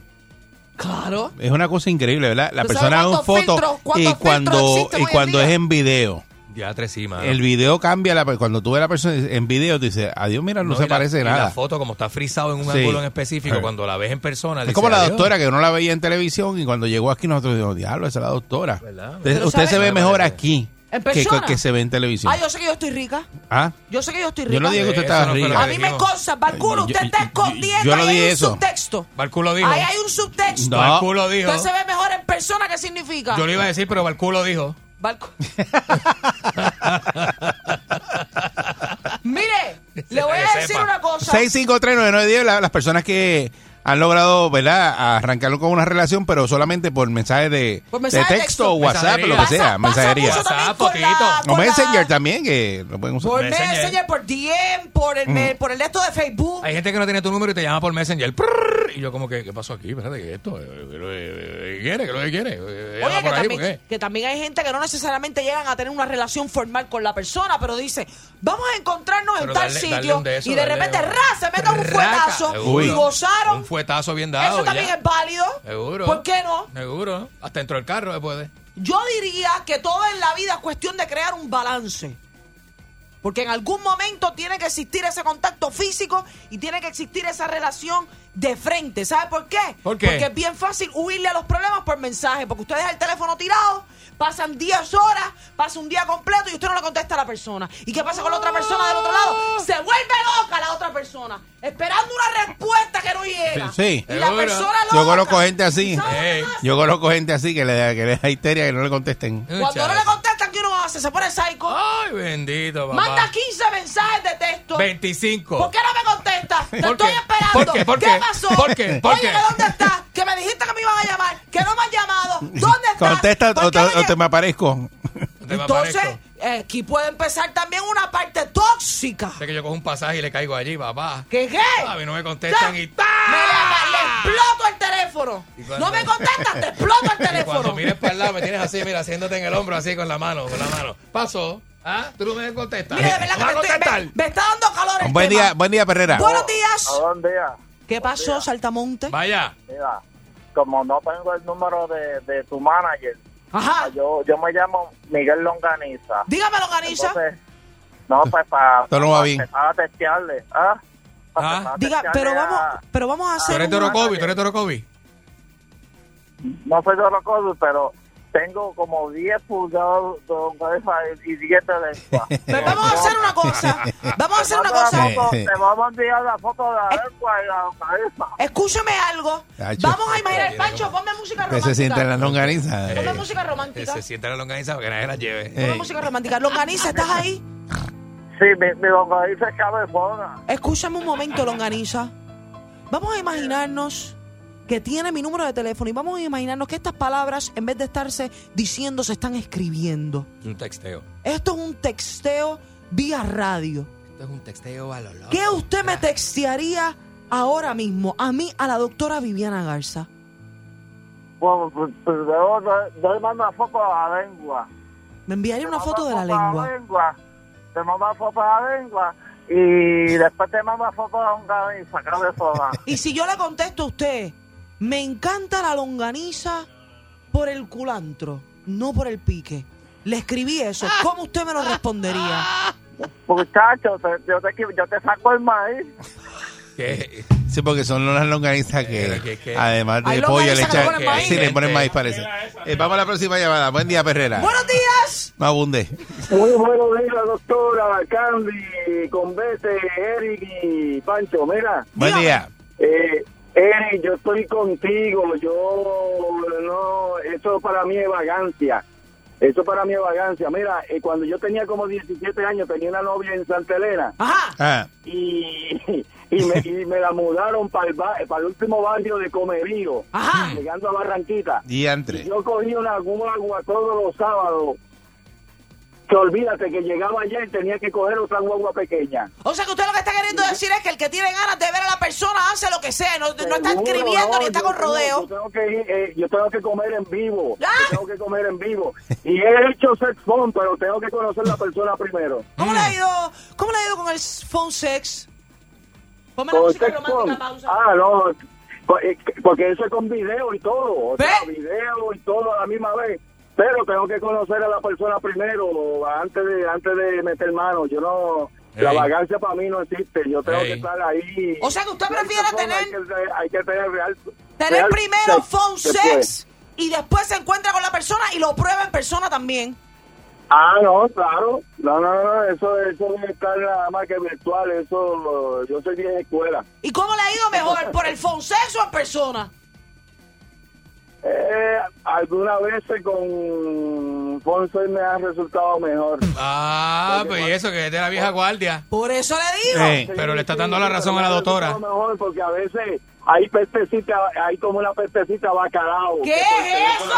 Claro.
Es una cosa increíble, ¿verdad? La
¿Tú sabes
persona ve en
cuántos
foto
filtros- cuántos
y
filtros
cuando,
existen
y
hoy en
cuando
día?
es en video.
Ya tres sí, mano.
El video cambia. La, cuando tú ves a la persona en video, te dice, adiós, mira, no,
y
se
la-
parece
y
nada.
La foto, como está frisado en un
Sí.
ángulo en específico,
Sí.
cuando la ves en persona.
Es como la doctora que uno la veía en televisión y cuando llegó aquí nosotros dijimos, diablo, esa es la doctora.
¿Verdad?
Usted-
Pero
usted se
¿sabe?
ve mejor
Parece.
aquí
¿En
que,
persona?
que se ve en televisión.
Ah, yo sé que yo estoy rica.
¿Ah?
Yo sé que yo estoy rica.
Yo no digo que usted
Eh,
estaba
eso no fue lo
rica.
a mí me consta, Barculo,
Yo-
usted
yo-
está
yo-
escondiendo.
yo no
ahí hay
dije
un
eso.
subtexto.
Barculo dijo.
Ahí hay un subtexto.
No.
Barculo dijo.
Usted se ve mejor en persona, ¿qué significa?
Yo le iba a decir, pero Barculo dijo.
Barcu- Mire, le voy
Para
a
que
decir
sepa.
una cosa.
6539910, la- las personas que han logrado, ¿verdad?, arrancarlo con una relación, pero solamente por mensaje de,
Por mensaje
de
de
texto,
texto.
o WhatsApp,
Mensajería.
lo que
Pasa-
sea,
pasa
mensajería.
mucho también
WhatsApp,
con la-
fotito.
O
con la-
Messenger también, que lo pueden usar.
Por
Messenger.
Messenger, por DM, por el,
Mm.
me- por el esto de Facebook.
Hay gente que no tiene tu número y te llama por Messenger. Prrr, y yo como que, ¿qué pasó aquí? Espérate, ¿qué es esto? Eh, ¿Qué es lo que quiere? ¿Qué es lo que quiere? Llama
Oye, que
por ahí,
también,
¿por qué?
que también hay gente que no necesariamente llegan a tener una relación formal con la persona, pero dice, vamos a encontrarnos
Pero
en tal
darle-
sitio
darle un de eso,
y de
darle
repente
un-
ra, se meten un
Raca,
fuetazo
seguro.
y gozaron.
Un fuetazo bien dado.
Eso
y
también
ya.
es válido.
Seguro.
¿Por qué no?
Seguro. Hasta dentro del carro se puede.
Yo diría que todo en la vida es cuestión de crear un balance. Porque en algún momento tiene que existir ese contacto físico y tiene que existir esa relación de frente. ¿Sabe por qué?
¿Por qué?
Porque es bien fácil huirle a los problemas por mensaje. Porque usted deja el teléfono tirado, pasan 10 horas, pasa un día completo y usted no le contesta a la persona. ¿Y qué pasa con la otra persona del otro lado?
Ah.
Se vuelve loca la otra persona, esperando una respuesta que no llega.
Sí.
Y la persona
Yo
loca.
conozco gente así.
¿Sabes
Yo conozco gente así que le, que le da histeria que no le contesten.
Cuando no le contestan, ¿qué uno hace? Se pone psycho.
Ay, bendito, papá.
Manda 15 mensajes de texto.
25.
¿Por qué no me contestas? Te
¿Por
estoy
qué?
esperando.
¿Por qué? ¿Por qué?
pasó?
¿Por qué? ¿Por
Oye,
qué?
¿que ¿dónde estás? Que me dijiste que me iban a llamar. Que no me has llamado. ¿Dónde estás?
Contesta
¿Por
o
qué
te,
no
o te me aparezco.
Entonces, eh, aquí puede empezar también una parte tóxica.
Sé que yo cojo un pasaje y le caigo allí, papá.
¿Qué qué?
A mí no me contestan y ¡tá!
Me le, le exploto el teléfono.
Y cuando-
No me contestas, te exploto el
Y cuando
teléfono.
mires para el lado, me tienes así, mira, haciéndote en el hombro, así con la mano, con la mano. Pasó. ¿Ah? Tú no me contestas.
Mira, de verdad que
¿Vas
me, estoy-
a
me-
contestar?
me está dando calor el
Buen
tema.
día, buen día, Perrera.
Buenos días.
Buen día.
¿Qué pasó, Saltamonte?
Vaya.
Mira, como no tengo el número de, de tu manager, ah, Yo, yo me llamo Miguel Longaniza.
Dígame, Longaniza.
Entonces, no, pues para
Esto no va bien.
a testearle. ¿ah? Para empezar a
Diga,
testearle
pero
a-
vamos, pero vamos a
Tú
hacer
eres
un-
Torocobi, tú eres Torocobi.
No soy de Rocodu, pero tengo como 10 pulgados de longaniza y 10 de lengua.
Pero vamos a hacer una cosa. Vamos a hacer una cosa.
Te vamos a enviar la foto de la lengua y la longaniza.
Escúchame algo.
Tacho.
Vamos a imaginar, Pancho, ponme música
Que se
romántica.
sienten las longanizas.
Ponme música romántica.
Se sienta la longaniza para que nadie la lleve.
Ponme música romántica. Longaniza, ¿estás ahí?
Sí, mi, mi longaniza es cabezona.
Escúchame un momento, Longaniza. Vamos a imaginarnos que tiene mi número de teléfono y vamos a imaginarnos que estas palabras, en vez de estarse diciendo, se están escribiendo.
Es un texteo.
Esto es un texteo vía radio.
Esto es un texteo a lo loco.
¿Qué usted me textearía ahora mismo? A mí, a la doctora Viviana Garza.
Bueno, pues, pues, yo, yo- yo le mando la foto de la lengua.
Me enviaría una
Te
foto de la
mando
lengua.
Te manda foto de la lengua y después te manda foto de la longaniza, cabezona.
Y si yo le contesto a usted, me encanta la longaniza por el culantro, no por el pique. Le escribí eso.
Ah.
¿Cómo usted me lo respondería?
Muchacho, te- yo, te, yo te saco el maíz.
¿Qué?
Sí, porque son unas longanizas que,
Pero que- que-
además
Hay
de pollo, le
longanizas que
echan.
ponen maíz.
Sí, le ponen maíz, parece. Eh, vamos a la próxima llamada. Buen día, Perrera.
¡Buenos días!
No abunde.
Muy buenos días, doctora Candy, Convete, Eric y Pancho. Mira,
Buen día.
eh, Eric, yo estoy contigo. Yo no, eso para mí es vagancia. Eso para mí es vagancia. Mira, eh, cuando yo tenía como 17 años, tenía una novia en Santa Elena
Ajá.
Ah,
y, y, me, y me la mudaron para el, ba- para el último barrio de Comerío,
Ajá.
llegando a Barranquita.
diantre.
Yo cogí una guagua todos los sábados. Que olvídate que llegaba ayer tenía que coger otra guagua pequeña.
O sea que usted lo que está queriendo decir es que el que tiene ganas de ver a la persona hace lo que sea, no, no está
Seguro,
escribiendo
no,
ni está
yo
con
tengo-
rodeo.
Yo tengo, que ir, eh, yo tengo que comer en vivo.
Ah.
Yo tengo que comer en vivo. Y he hecho sex phone, pero tengo que conocer la persona primero.
¿Cómo le ha ido, cómo le ha ido con el phone sex? Ponme la
Con
música
sex
romántica,
phone.
pausa.
Ah, no. co- eh, Porque eso es con video y todo. O sea,
¿Ve?
video y todo a la misma vez. Pero tengo que conocer a la persona primero, antes de antes de meter mano. Yo no. La
Ey.
vagancia para mí no existe. Yo tengo
Ey.
que estar ahí.
O sea, que usted
De
prefiere
esta forma
tener-
Hay que, ser- hay que tener real.
Tener
real
primero
sex
phone
después.
sex y después se encuentra con la persona y lo prueba en persona también.
Ah, no, claro. No, no, no, eso, eso no está nada más que virtual. Eso, yo soy bien escuela.
¿Y cómo le ha ido mejor? ¿Por el phone sex o en persona?
Eh, algunas veces con Fonseca me ha resultado mejor.
Ah, pues y eso, que es de la vieja guardia.
Por eso le digo.
Eh,
Pero le está dando la razón a la
Me ha resultado
doctora.
Mejor porque a veces hay pestecita, hay como una pestecita bacalao.
¿Qué es eso?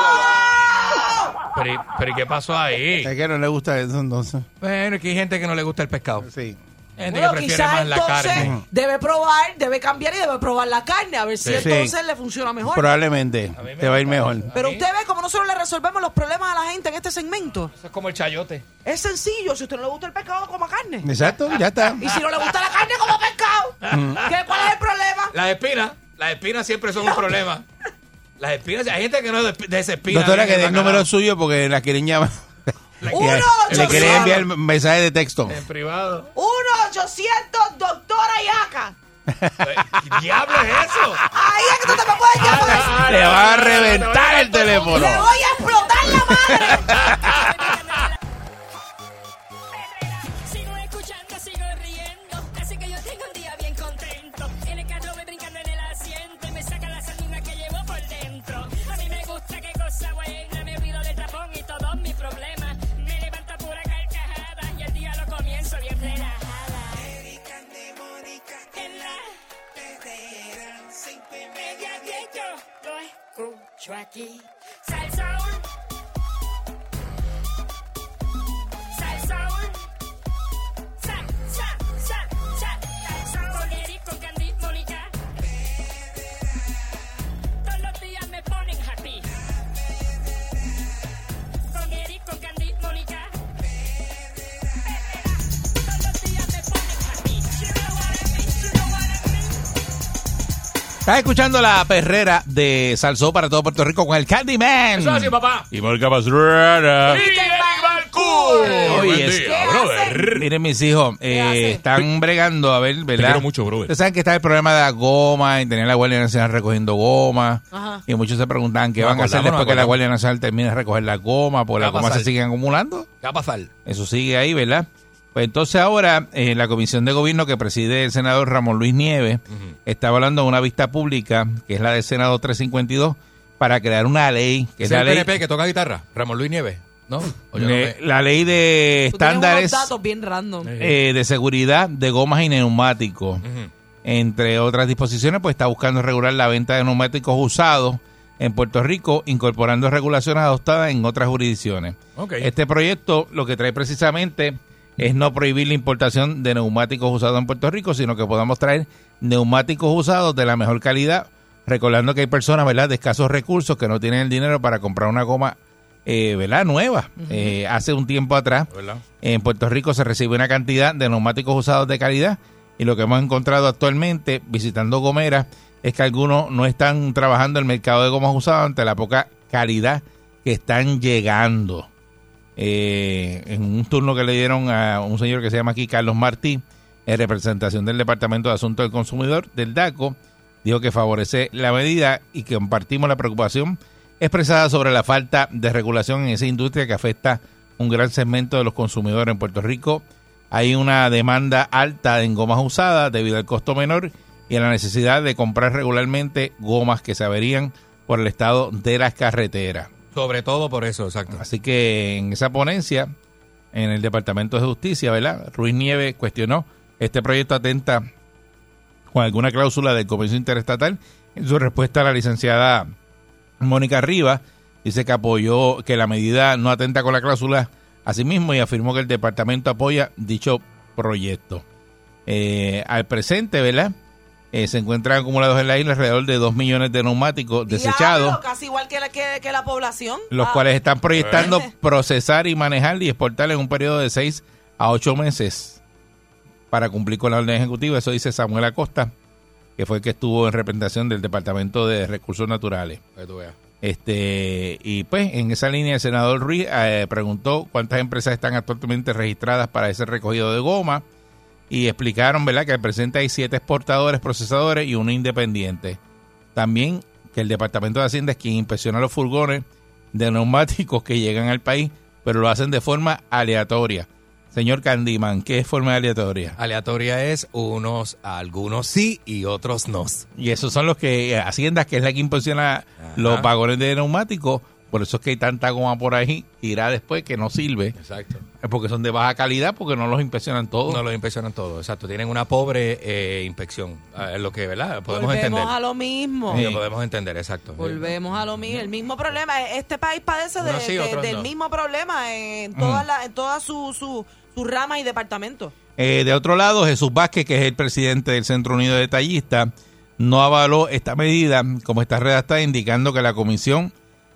Pero, ¿y- pero ¿y qué pasó ahí?
Es que no le gusta eso entonces.
Bueno, es que hay gente que no le gusta el pescado.
Sí. Mm.
Hay gente
Bueno,
que prefiere más
quizás
la
entonces
carne.
debe probar, debe cambiar y debe probar la carne a ver si
Sí.
entonces le funciona mejor.
Probablemente
me
te va a ir
gusta.
mejor.
Pero usted ve cómo nosotros le resolvemos los problemas a la gente en este segmento.
Eso es como el chayote.
Es sencillo, si a usted no le gusta el pescado, coma carne.
Exacto, ya está. Mm.
Y si no le gusta la carne, coma pescado. ¿Qué, ¿Cuál es el problema?
Las espinas, las espinas siempre son un problema. Las espinas, hay gente que no desespina.
Doctora, que dé el número suyo porque la quieren llamar. Le- Le quería enviar mensaje de texto.
privado.
1-800 doctora Yaca.
¿Qué diablo es eso?
Ahí es que tú te me puedes llamar.
Le va a reventar el teléfono.
Le voy a explotar la madre.
Sigo escuchando, sigo riendo. Así que yo tengo un día bien contento. En el carro voy brincando en el asiento. y Me saca la saliva que llevo por dentro. A mí me gusta qué cosa buena. Me olvido del tapón y todos mis problemas. Me levanta pura carcajada. Y el día lo comienzo bien relajada. En la media diez yo lo escucho aquí. Salsaúl. Salsaúl. Sa, sa, sa, sa, sa, con Eric, con Candy, Mónica. Todos los días me ponen happy. Con Eric, con Candy, Mónica. Todos los días me ponen happy. You know what I mean, you know what I mean.
Estás escuchando la perrera de Salsó para todo Puerto Rico con el Candyman.
Eso así, papá.
Y Mónica Pastrana.
¡Y el cool!
Oye,
Buen
es-
día,
¿Qué
eh.
brother.
Miren mis hijos, eh, están bregando, a ver, ¿verdad?
quiero mucho, brother.
Ustedes saben que está el problema de la goma, y tener la Guardia Nacional recogiendo goma.
Ajá.
Y muchos se preguntan qué
Nos
van a hacer
acordamos, nos
después que la
acordamos.
Guardia Nacional termine de recoger la goma, porque la
Va a
goma se
pasar.
sigue acumulando.
¿Qué va a pasar?
Eso sigue ahí, ¿verdad? Pues entonces ahora eh, la comisión de gobierno que preside el senador Ramón Luis Nieves está hablando de una vista pública, que es la del Senado 352, para crear una ley, que es
Es
la
el
ley,
PNP que toca guitarra. Ramón Luis Nieves. ¿No? O yo no
ne-
me-
la ley de
Tú tienes unos
estándares
datos bien random.
eh, de seguridad de gomas y neumáticos. Entre otras disposiciones, pues está buscando regular la venta de neumáticos usados en Puerto Rico, incorporando regulaciones adoptadas en otras jurisdicciones.
Ok.
Este proyecto lo que trae precisamente es no prohibir la importación de neumáticos usados en Puerto Rico, sino que podamos traer neumáticos usados de la mejor calidad, recordando que hay personas, ¿verdad?, de escasos recursos que no tienen el dinero para comprar una goma, eh, ¿verdad?, nueva. Eh, hace un tiempo atrás,
¿Verdad?
en Puerto Rico se recibe una cantidad de neumáticos usados de calidad y lo que hemos encontrado actualmente visitando gomeras es que algunos no están trabajando el mercado de gomas usadas ante la poca calidad que están llegando. Eh, en un turno que le dieron a un señor que se llama aquí Carlos Martí, en representación del Departamento de Asuntos del Consumidor del DACO, dijo que favorece la medida y que compartimos la preocupación expresada sobre la falta de regulación en esa industria que afecta un gran segmento de los consumidores en Puerto Rico. Hay una demanda alta en gomas usadas debido al costo menor y a la necesidad de comprar regularmente gomas que se averían por el estado de las carreteras.
Sobre todo por eso, exacto.
Así que en esa ponencia, en el Departamento de Justicia, ¿verdad? Ruiz Nieves cuestionó este proyecto atenta con alguna cláusula del comercio interestatal. En su respuesta a la licenciada Mónica Rivas, dice que apoyó que la medida no atenta con la cláusula a sí mismo y afirmó que el departamento apoya dicho proyecto. Eh, al presente, ¿verdad? Eh, se encuentran acumulados en la isla alrededor de 2 millones de neumáticos desechados
Diablo, casi igual que la, que, que la población.
los
Ah,
cuales están proyectando
¿Eh?
procesar y manejar y exportar en un periodo de 6 a 8 meses para cumplir con la orden ejecutiva. Eso dice Samuel Acosta, que fue el que estuvo en representación del Departamento de Recursos Naturales.
Que tú veas.
Este Y pues en esa línea el senador Ruiz eh, preguntó cuántas empresas están actualmente registradas para ese recogido de goma y explicaron ¿verdad? que al presente hay siete exportadores, procesadores y uno independiente. También que el Departamento de Hacienda es quien inspecciona los furgones de neumáticos que llegan al país, pero lo hacen de forma aleatoria. Señor Candyman, ¿qué es forma aleatoria?
Aleatoria es unos, algunos sí y otros no.
Y esos son los que eh, Hacienda, que es la que inspecciona los vagones de neumáticos, por eso es que hay tanta goma por ahí, irá después que no sirve,
Exacto.
eh, porque son de baja calidad, porque no los inspeccionan todos.
No los inspeccionan todos, exacto. Tienen una pobre eh, inspección. Es lo que, ¿verdad? Podemos
Volvemos
entender.
a lo mismo.
Sí, lo podemos entender, exacto.
Volvemos a lo mismo. El mismo problema. Este país padece de-
Unos sí,
de-
otros
del
no. Mm.
mismo problema en todas las- en todas sus su, sus ramas y departamentos.
Eh, de otro lado, Jesús Vázquez, que es el presidente del Centro Unido de Detallistas, no avaló esta medida como está redactada, indicando que la comisión,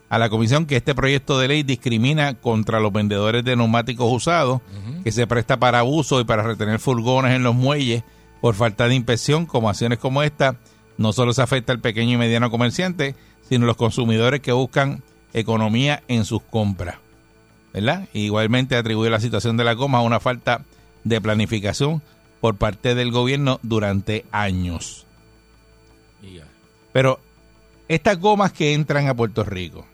a la comisión que este proyecto de ley discrimina contra los vendedores de neumáticos usados, que se presta para abuso y para retener furgones en los muelles por falta de inspección, como acciones como esta, no solo se afecta al pequeño y mediano comerciante, sino los consumidores que buscan economía en sus compras. ¿verdad? Igualmente atribuye la situación de la coma a una falta de planificación por parte del gobierno durante años. Pero estas gomas que entran a Puerto Rico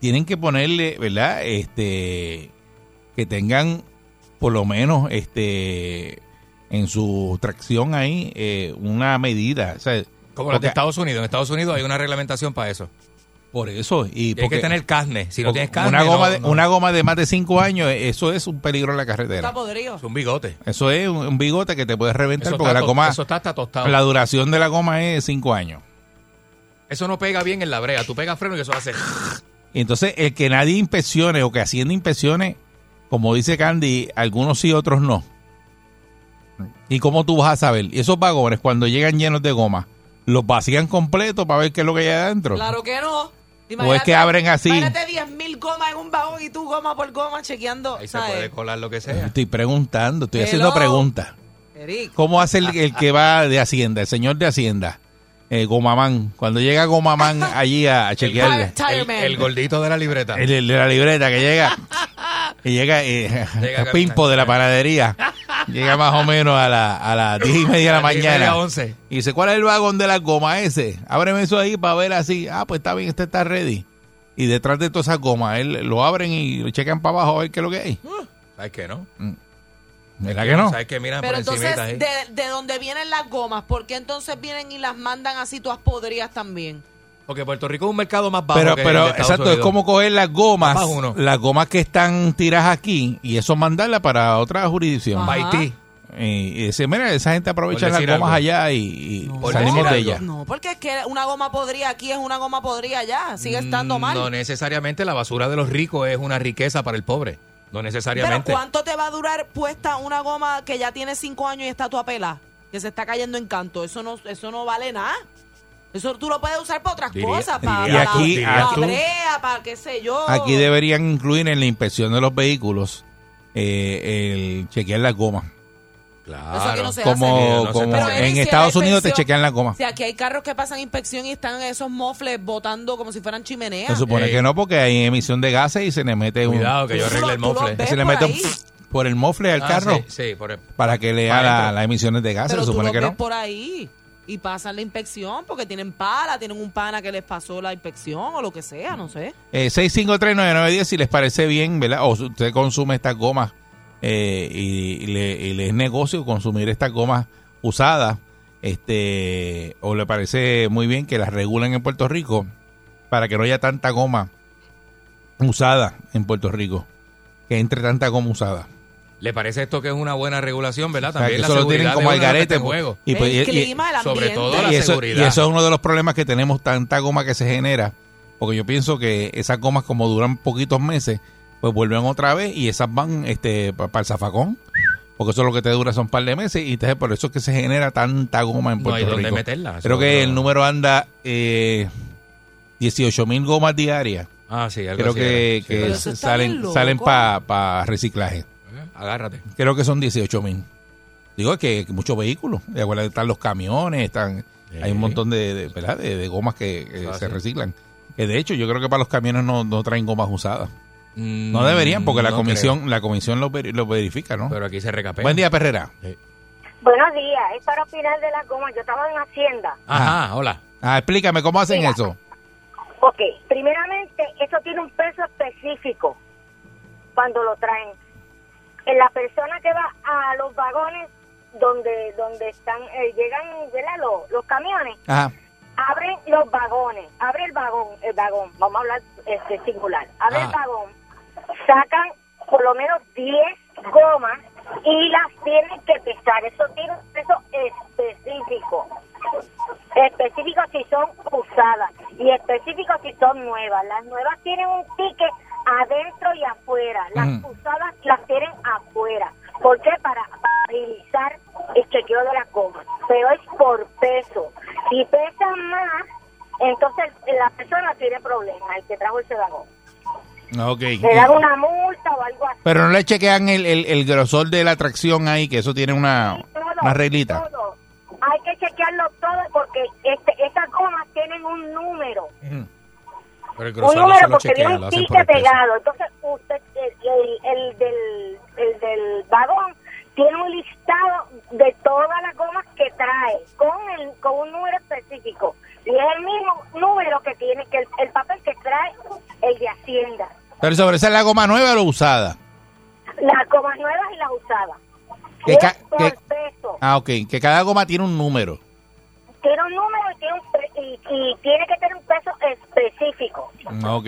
tienen que ponerle, ¿verdad? Este que tengan por lo menos este en su tracción ahí eh, una medida, o sea,
Como los
porque-
de Estados Unidos. En Estados Unidos hay una reglamentación para eso.
por eso y
Y hay que tener carne. Si no
porque
tienes carne.
una goma
no-
de,
no.
una goma de más de cinco años, eh, eso es un peligro en la carretera.
Está podrido.
Es un bigote.
Eso es un, un bigote que te puedes reventar
Eso
porque la
está to-
goma
eso está hasta tostado.
la duración de la goma es cinco años.
Eso no pega bien en la brea. Tú pegas freno y eso hace.
Y entonces, el que nadie inspeccione o que Hacienda inspeccione, como dice Candy, algunos sí, otros no. ¿Y cómo tú vas a saber? Y esos vagones, cuando llegan llenos de goma, ¿los vacían completo para ver qué es lo que hay adentro?
Claro que no.
O es que abren así.
Imagínate 10.000 gomas en un vagón y tú goma por goma chequeando.
Ahí se
¿sabes?
puede colar lo que sea.
Estoy preguntando, estoy
Hello.
haciendo preguntas.
Ah,
Eric.
¿Cómo hace el, el que va de Hacienda, el señor de Hacienda? Eh, Gomamán. Cuando llega Gomamán allí a, a chequearle.
Tire- tire
El-
man.
El gordito de la libreta.
El, el de la libreta que llega. Que llega, eh,
Llega
Pimpo de la panadería. Llega más o menos a, la, a las 10 y media de la
A las diez y media,
mañana.
11.
Y dice, ¿cuál es el vagón de las gomas ese? Ábreme eso ahí para ver así. Ah, pues está bien, este está ready. Y detrás de todas esas gomas, él, lo abren y lo checan para abajo a ver qué es lo que hay.
¿Sabes qué no?
Mm. ¿Verdad que no?
¿Sabes qué? Mira
Pero
por
entonces,
encimita ahí.
de, ¿de dónde vienen las gomas? ¿Por qué entonces vienen y las mandan así todas podrías también?
Porque Puerto Rico es un mercado más bajo.
Pero,
que
pero
el de Estados
exacto, es
Unidos.
como coger las gomas,
Abajo uno.
las gomas que están tiradas aquí y eso mandarlas para otra jurisdicción.
Pa' Haití.
Y, y dice, mira, esa gente aprovecha
Por
las
decir
gomas
algo.
allá y, y
Por
salimos
decir
de
algo.
ella.
No, porque es que una goma podría aquí es una goma podría allá. Sigue estando mal.
Mm, No necesariamente la basura de los ricos es una riqueza para el pobre. No
Pero
necesariamente.
¿cuánto te va a durar puesta una goma que ya tiene cinco años y está tu apela? Que se está cayendo en canto. Eso no, eso no vale nada. Eso tú lo puedes usar para otras
Diría-
cosas, para
diría
la-
tú,
la,
dirías tú.
brea, para qué sé yo.
Aquí deberían incluir en la inspección de los vehículos eh, el chequear las gomas.
Claro.
Eso que no se
como
hace. No se
como
hace.
Pero,
en
Eric, si
Estados
la
Unidos te
inspección-
chequean las gomas.
Si aquí hay carros que pasan inspección y están esos mofles botando como si fueran
Se
chimeneas.
supone
Ey.
que no porque hay emisión de gases y se le mete un-
Cuidado que yo
Tú
arregle el
lo- tú lo
mofle.
ves
se le
por
mete un
ahí.
por el mofle al
Ah,
carro
Sí, sí, por el-
para que lea
Para
la-
adentro.
las emisiones de gases.
Pero
Se
tú
supone
los
que
ves
no.
por ahí y pasan la inspección porque tienen pala, tienen un pana que les pasó la inspección o lo que sea, no sé.
Eh, 6539910 si les parece bien, ¿verdad? O si usted consume estas gomas eh, y, y le, y le es negocio consumir estas gomas usadas, este o le parece muy bien que las regulen en Puerto Rico para que no haya tanta goma usada en Puerto Rico, que entre tanta goma usada.
¿Le parece esto que es una buena regulación, verdad?
O sea, que
También la
eso lo tienen
seguridad
como
de
al
uno no
garete.
está en este
pues,
juego.
y, pues,
el
y- y-
clima, el ambiente.
sobre todo la
y eso, y
seguridad.
eso es uno de los problemas que tenemos, tanta goma que se genera. Porque yo pienso que esas gomas, como duran poquitos meses, pues vuelven otra vez y esas van este para el zafacón. Porque eso es lo que te dura son un par de meses. Y entonces por eso es que se genera tanta goma en
No
Puerto
hay dónde
Rico.
meterla, eso
Creo que
no-
el número anda eh, 18 mil gomas diarias.
Ah, sí, algo
Creo
así
que,
era.
que
Pero eso
s-
está bien
salen,
loco.
salen para reciclaje.
Sí. Eh, Agárrate.
Creo que son 18 mil. Digo es que, que muchos vehículos. De acuerdo, están los camiones, están hay un montón de, de- ¿verdad? de- de gomas que eh,
Ah,
se
sí.
reciclan. Que de hecho, yo creo que para los camiones no, no traen gomas usadas.
Mm,
No deberían, porque la
no
comisión la comisión lo, ver- lo verifica, ¿no?
creo. Pero aquí se recapea.
Buen día, Perrera.
Buenos días, es para opinar de las gomas. Yo estaba en Hacienda.
Ajá, hola.
Ah, explícame, ¿cómo hacen eso?
Ok, primeramente, eso tiene un peso específico cuando lo traen. En la persona que va a los vagones donde donde están eh, llegan ¿verdad? Los, los camiones,
Ajá.
abren los vagones, abre el vagón, el vagón, vamos a hablar este, singular, abre el
Ah.
vagón, sacan por lo menos 10 gomas y las tienen que pisar. Eso tiene un peso específico específico si son usadas y específico si son nuevas. Las nuevas tienen un ticket adentro y afuera. Las
Ujú.
usadas las tienen afuera. ¿Por qué? Para habilitar el chequeo de las gomas. Pero es por peso. Si pesan más, entonces la persona tiene problemas, el que trajo ese vagón.
Ok.
Le dan una multa o algo así.
Pero no le chequean el, el- el grosor de la tracción ahí, que eso tiene una,
Todo,
una reglita.
todo. Hay que chequearlo todo porque este, estas gomas tienen un número.
Pero el
un
grosor no
número
se lo
porque viene
chequea, lo
un
hacen
ticket
por expreso.
pegado. Entonces, usted, el, el- el del, el del vagón tiene un listado de todas las gomas que trae con, el, con un número específico. Y es el mismo número que tiene que el, el papel que trae el de Hacienda.
Pero sobre esa es la goma nueva o la usada.
Las gomas nuevas y las usadas.
Que
Es
ca-
por
que-
peso.
Ah, ok. Que cada goma tiene un número.
Tiene un número y tiene, un pre- y- y tiene que tener un peso específico.
Mm, Ok.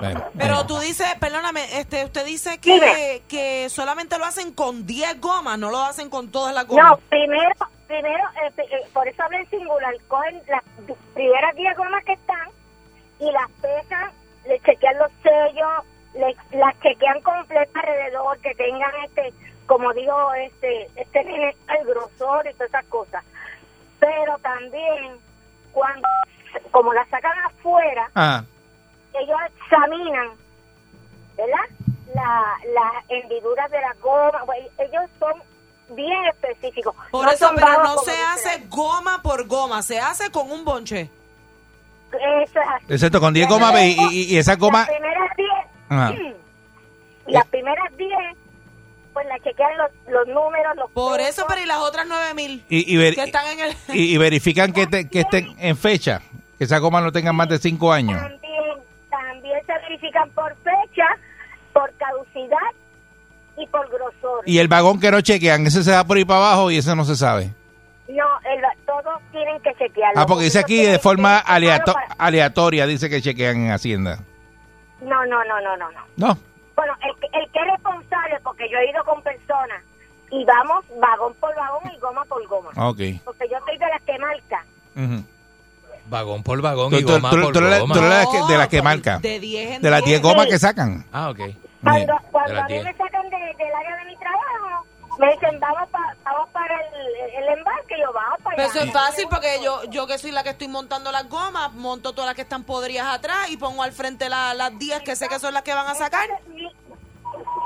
Bueno,
Pero tú dices, perdóname, este, usted dice
Dime.
que, que solamente lo hacen con 10 gomas, no lo hacen con todas las gomas.
No, primero, primero eh, pe- eh, por eso hablé en singular, cogen las d- primeras 10 gomas que están y las pesan, le chequean los sellos, le- las chequean completas alrededor, que tengan, este como digo, este, este tiene el grosor y todas esas cosas. Pero también, cuando, como las sacan afuera,
Ah,
ellos examinan, ¿verdad? La- Las hendiduras de la goma, bueno, ellos son bien específicos.
Por
No
eso,
son
pero
vagos
no
como
se
dicen.
hace goma por goma, se hace con un bonche.
Eso es así.
Exacto, con 10 gomas Ah. ve, y, y, y esa goma...
Las primeras 10,
Ajá.
las primeras 10, pues las chequean los, los números, los
Por eso, pero y las otras 9000
Y, y ver-
que están en el.
y- y verifican que, te- que estén en fecha. Que esa goma no tenga más de 5 años.
también, también se verifican por fecha, por caducidad y por grosor.
Y el vagón que no chequean, ese se da por ahí para abajo y ese no se sabe.
No, el- todos tienen que chequearlo.
Ah, porque dice
Uno
aquí
tiene
de
que
forma
chequearlo
aleato-
para-
aleatoria, dice que chequean en Hacienda.
No, no, no, no, no. no.
No.
Bueno, el, que- el que es responsable, porque yo he ido con personas y vamos vagón por vagón y goma por goma.
Ok.
Porque yo soy de las que marca.
Ujú.
Vagón por vagón
Tú-
y
tú-
goma
tú-
por
tú eres-
goma.
tú eres de las que- de las que marca.
De 10 en
De las 10 gomas
Sí.
que sacan.
Ah, ok.
Cuando,
De
cuando
las
a mí
diez.
me sacan de- del área de mi trabajo, me dicen, vamos, pa- vamos para el, el embarque. Yo, vamos para
Pero
allá.
eso es fácil porque yo, yo que soy la que estoy montando las gomas, monto todas las que están podridas atrás y pongo al frente la- las 10 que sé que son las que van a sacar.
Mi-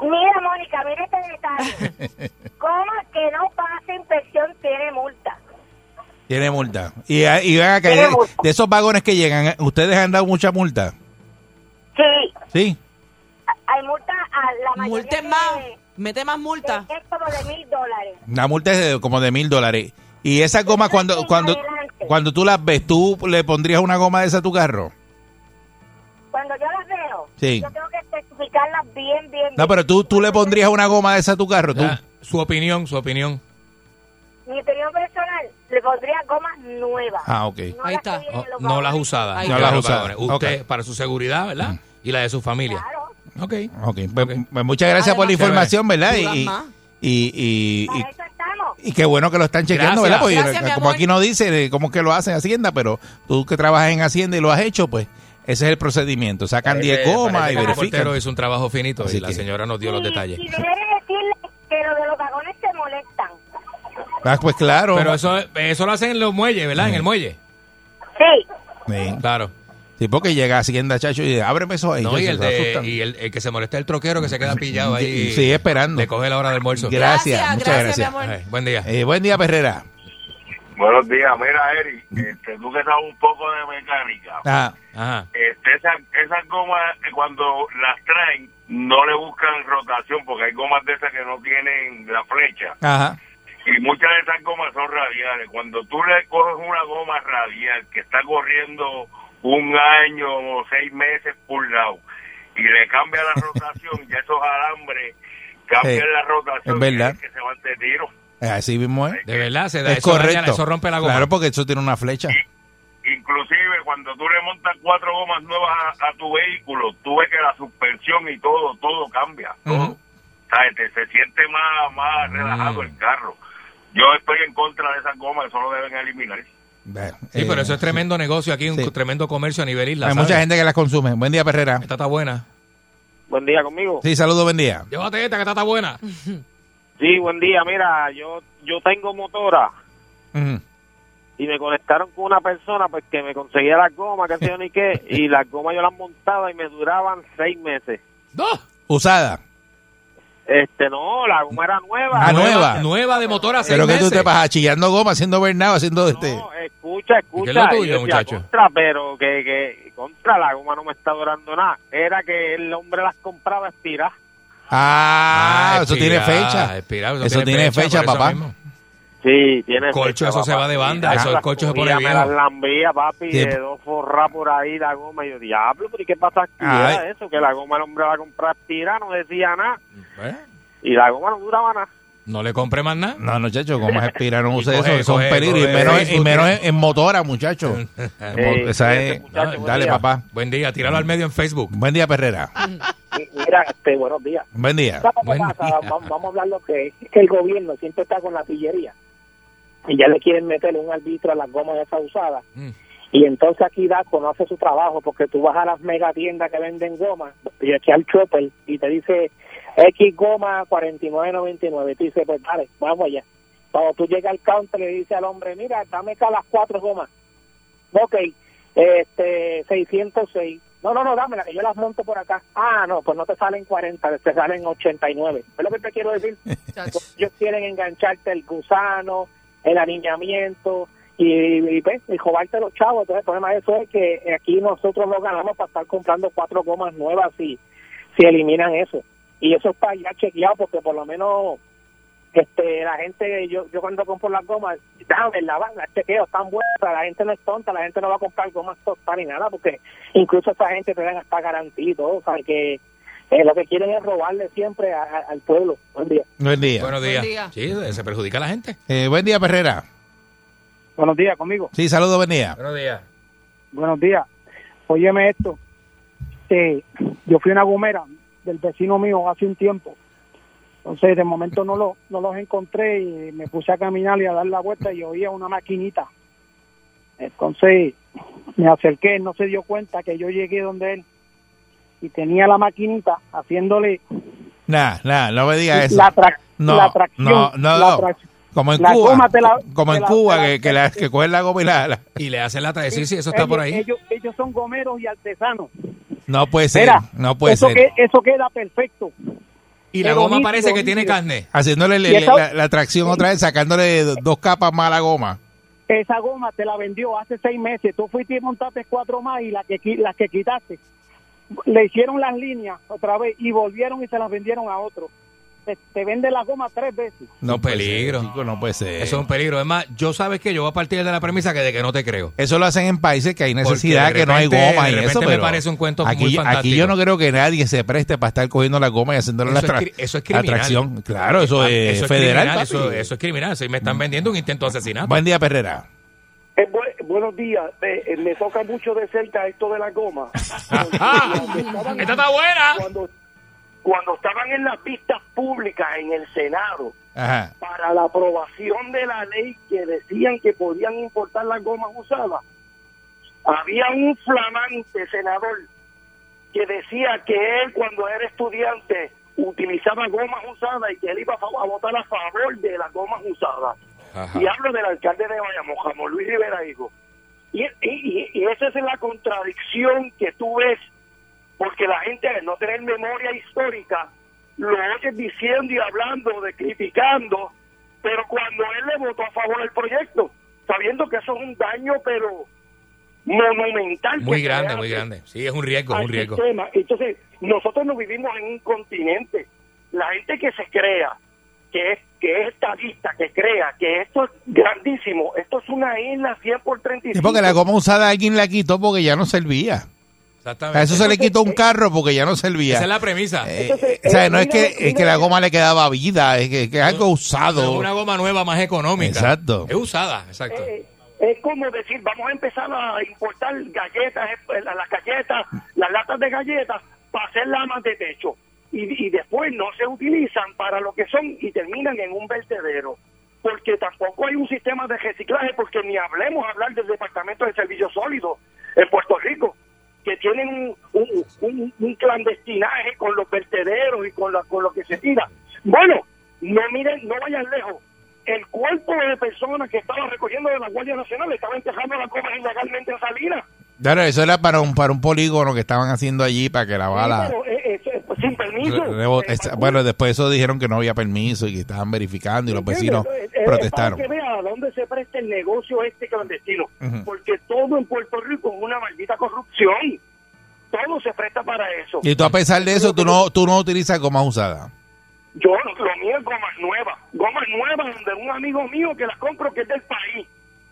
Mira, Mónica, mira este detalle. Goma que no pasa inspección tiene multa.
Tiene multa. Y, y ven acá,
Tiene
de,
multa.
de esos vagones que llegan, eh, ¿ustedes han dado mucha multa?
Sí,
Sí.
hay multa a la mayoría.
Multen
de-
más, mete más multa.
Es como de mil dólares.
La multa es de- como de mil dólares. Y esas gomas, cuando, cuando, cuando tú las ves, ¿tú le pondrías una goma de esa a tu carro?
Cuando yo las veo,
Sí.
yo tengo que especificarlas bien, bien.
No, pero tú, tú le pondrías una goma de esa a tu carro, tú.
Ah, Su opinión, su opinión.
Mi opinión personal, le pondría gomas nuevas.
Ah, ok.
No las
Ahí está.
que vienen
No,
en los
Oh, no las
vagones.
usadas.
Ahí
no
está.
las
Las
usadas.
usadas.
Usted,
Ok.
para su seguridad, ¿verdad? Y la de su familia.
Claro.
Ok.
Ok, pues, pues muchas gracias por la
Además,
información, ¿verdad?
Dudas
Y,
más.
y, y,
Para eso estamos.
y- y qué bueno que lo están chequeando,
Gracias.
¿verdad? Porque
Gracias, mi
como
amor.
aquí no dice de cómo es que lo hacen Hacienda, pero tú que trabajas en Hacienda y lo has hecho, pues ese es el procedimiento.
Eh,
Sacan 10 gomas y
El
verifican.
reportero hizo un trabajo finito
Así
y la
que-
señora nos dio los detalles.
Y, y deberé decirle que lo de los vagones se molestan.
Ah, pues claro.
Pero eso, eso lo hacen en los muelles, ¿verdad? En el muelle.
Sí.
Sí.
Claro.
Sí, porque llega Hacienda, chacho, y dice, ábreme eso ahí.
No, y
chacho,
el,
se
de-
asustan.
y el- el que se molesta es el troquero que se queda pillado ahí.
Sí, esperando.
Le coge la hora del almuerzo.
Gracias,
Gracias,
muchas
gracias,
gracias.
mi amor.
Ay, Buen día.
Eh, buen día, Perrera.
Buenos días, mira, Eri, este, tú que sabes un poco de mecánica.
Ah,
Ajá.
Este, esas, esas gomas, eh, cuando las traen, no le buscan rotación porque hay gomas de esas que no tienen la flecha.
ajá.
Y muchas de esas gomas son radiales. Cuando tú le coges una goma radial que está corriendo un año o seis meses por lado y le cambia la rotación, ya esos alambres cambian
Sí,
la rotación.
es verdad.
y que se van de tiro.
Eh, Así mismo es.
De verdad, se da
Es
eso daña la-
correcto.
eso rompe la goma.
Claro, porque eso tiene una flecha.
inclusive cuando tú le montas cuatro gomas nuevas a, a tu vehículo, tú ves que la suspensión y todo, todo cambia. todo.
Ujú.
¿Sabes? Te- se siente más, más relajado el carro. Yo estoy en contra de esas gomas, eso lo deben eliminar.
Bueno,
Sí,
eh,
pero eso es tremendo negocio aquí, un
sí.
tremendo comercio a nivel isla.
Hay
¿sabes?
mucha gente que las consume. Buen día, Perrera.
Esta está buena.
Buen día conmigo.
Sí, saludos, buen día.
Llévate esta que esta está buena.
Sí, buen día. Mira, yo yo tengo motora
Ujú.
y me conectaron con una persona pues que me conseguía las gomas, que sé yo ni qué, y las gomas yo las montaba y me duraban seis meses.
Dos.
Usada.
Este, no, la goma era nueva.
Ah, nueva.
Nueva de motor a seis
Pero que tú
meses.
te pasas chillando goma, haciendo bernado, haciendo este.
eh. Pues, Escucha, escucha.
¿Y qué es lo
Y yo
tuyo,
decía,
muchacho?
Contra, pero que, que, contra, la goma no me está durando nada. Era que el hombre las compraba estiradas.
Ah,
Ah,
eso tiene
expirado,
fecha.
expirado,
eso tiene fecha,
por eso
papá.
mismo.
Sí, tiene
Corcho,
fecha,
eso se
papá.
va de banda,
Mira,
eso el
las
corcho se pone
cogía,
viejo.
Me las lambía, papi, de
Tiempo.
dos forras por ahí la goma. Y yo, diablo, pero ¿y qué pasa aquí?
Ay.
Era eso, que la goma el hombre la compraba estirada, no decía nada.
Bueno,
Y la goma no duraba nás.
no le compre más nada.
No, no, chacho, gomas expira, no use
coge,
eso, son
coge,
peligros. Y
coge
menos, y
Facebook,
menos
tío.
en, en motora, muchacho. En mo-
Eh,
esa
este
es-
muchacho,
dale,
buen
dale,
día.
papá.
Buen día, tíralo al medio en Facebook.
Buen día, Perrera.
Mira, este, buenos días.
Buen día.
¿Sabes qué
Buen
pasa?
día.
Vamos, vamos a hablar lo que es. Es que el gobierno siempre está con la pillería. Y ya le quieren meter un arbitro a las gomas esas usadas.
Mm.
Y entonces aquí DACO no hace su trabajo porque tú vas a las mega tiendas que venden gomas y aquí al Chopper y te dice X goma 49.99. Y tú dices, pues dale, vamos allá. Cuando tú llegas al counter le dices al hombre, mira, dame acá las cuatro gomas. Ok, este, 606. No, no, no, dámela, que yo las monto por acá. Ah, no, pues no te salen 40, te salen 89. Es lo que te quiero decir. Ellos quieren engancharte el gusano, el aniñamiento y, y, pues, y robarte los chavos. Entonces, el problema de eso es que aquí nosotros no ganamos para estar comprando cuatro gomas nuevas si, si eliminan eso. Y eso está ya chequeado porque por lo menos este la gente, yo, yo cuando compro las gomas, dame la banda, chequeo, están buenas, la gente no es tonta, la gente no va a comprar gomas tostadas ni nada, porque incluso esa gente te dan hasta garantía y todo, o sea, que eh, lo que quieren es robarle siempre a- a- al pueblo. Buen día.
Buen día.
Buenos
Buen
días.
día.
Sí, se perjudica a la gente.
Eh, buen día, Perrera.
Buenos días, conmigo.
Sí, saludos, buen día.
Buenos días.
Buenos días. Óyeme esto. Este, yo fui a una gomera del vecino mío hace un tiempo. Entonces, de momento no, lo, no los encontré y me puse a caminar y a dar la vuelta y oía una maquinita. Entonces, me acerqué, él no se dio cuenta que yo llegué donde él y tenía la maquinita haciéndole
Nah, nah, no me digas eso.
la, tra-
No,
la tracción.
no,
la
no, no.
trac-
Como en
la
Cuba.
goma te la-
como
te
en
la-
Cuba,
te la-
que, que, la, que cogen la goma y la. la-
Y le hace la tra- Sí, sí, eso está
Ellos-
por ahí.
Ellos, ellos son gomeros y artesanos.
No puede ser.
Mira,
no puede
eso,
ser.
que- eso queda perfecto.
Y la
pero
goma
nítido,
parece que tiene
nítido.
carne.
Haciéndole el-
y eso-
la, la tracción otra vez, sacándole do- dos capas más a la goma.
Esa goma te la vendió hace seis meses. Tú fuiste y montaste cuatro más y las que, qui- las que quitaste. Le hicieron las líneas otra vez y volvieron y se las vendieron a otro. Te, te vende la goma tres veces.
No,
puede
peligro.
ser, chico, no puede ser.
Eso es un peligro. Es más, yo sabes que yo voy a partir de la premisa que de que no te creo.
Eso lo hacen en países que hay
Porque
necesidad,
de
que no hay
repente-
goma y
de repente
eso.
me
pero
parece un cuento muy
aquí, Aquí
fantástico.
yo no creo que nadie se preste para estar cogiendo la goma y haciéndole
Eso
la,
es
tra-
cri- eso es
la
criminal.
tracción. Claro, eso,
Ah,
es
eso
federal.
criminal,
papi. Mm.
eso, eso es criminal. Si me están vendiendo un intento de asesinato.
Buen día, Perrera.
Eh, bu- buenos días. Eh, eh, me toca mucho de cerca esto de la goma.
Ah, esta está buena.
Cuando, cuando estaban en las pistas públicas en el Senado
Ajá.
para la aprobación de la ley que decían que podían importar las gomas usadas, había un flamante senador que decía que él cuando era estudiante utilizaba gomas usadas y que él iba a fa- a votar a favor de las gomas usadas.
Ajá.
Y hablo del alcalde de Bayamón, Jamón Luis Rivera Higo. Y, y- y- y esa es la contradicción que tú ves, porque la gente al no tener memoria histórica, lo oyes diciendo y hablando, de criticando, pero cuando él le votó a favor del proyecto, sabiendo que eso es un daño, pero monumental. que
Muy
se
grande,
hace
muy grande. Sí, es un riesgo, es
al
un riesgo.
sistema. Entonces, nosotros no vivimos en un continente. La gente que se crea, que es, que es estadista, que crea que esto es grandísimo, esto es una isla 100 por
Sí,
35.
porque la goma usada alguien la quitó porque ya no servía. A
Exactamente.
eso se le quitó un carro porque ya no servía.
Esa es la premisa.
Eh,
Entonces,
o sea,
eh,
no es que,
mira,
es que la goma le quedaba vida, es que, que es algo
Es
usado.
una goma nueva más económica.
Exacto.
Es usada, exacto.
Eh, es como decir, vamos a empezar a importar galletas, eh, la- las galletas, las latas de galletas para hacer lamas de techo. Y, y después no se utilizan para lo que son y terminan en un vertedero. Porque tampoco hay un sistema de reciclaje, porque ni hablemos hablar del Departamento de Servicios Sólidos en Puerto Rico, que tienen un, un- un- un clandestinaje con los vertederos y con, la, con lo que se tira. Bueno, no miren, no vayan lejos el cuerpo de personas que estaba recogiendo de la Guardia Nacional estaba enterrando las gomas ilegalmente en Salinas.
Claro, eso era para un, para un polígono que estaban haciendo allí para que la bala.
Sí, pero, eh, eh, sin permiso
Re- rebo- es- bueno, después eso dijeron que no había permiso y que estaban verificando y los vecinos
¿Entiendes? Eh, eh,
protestaron.
Para que vea a dónde se presta el negocio este clandestino.
Ujú.
Porque todo en Puerto Rico es una maldita corrupción. Todo se presta para eso.
Y tú a pesar de eso, tú no, tú no utilizas gomas usadas.
Yo lo lo mío es gomas nuevas. Gomas nuevas de un amigo mío que las compro que es del país.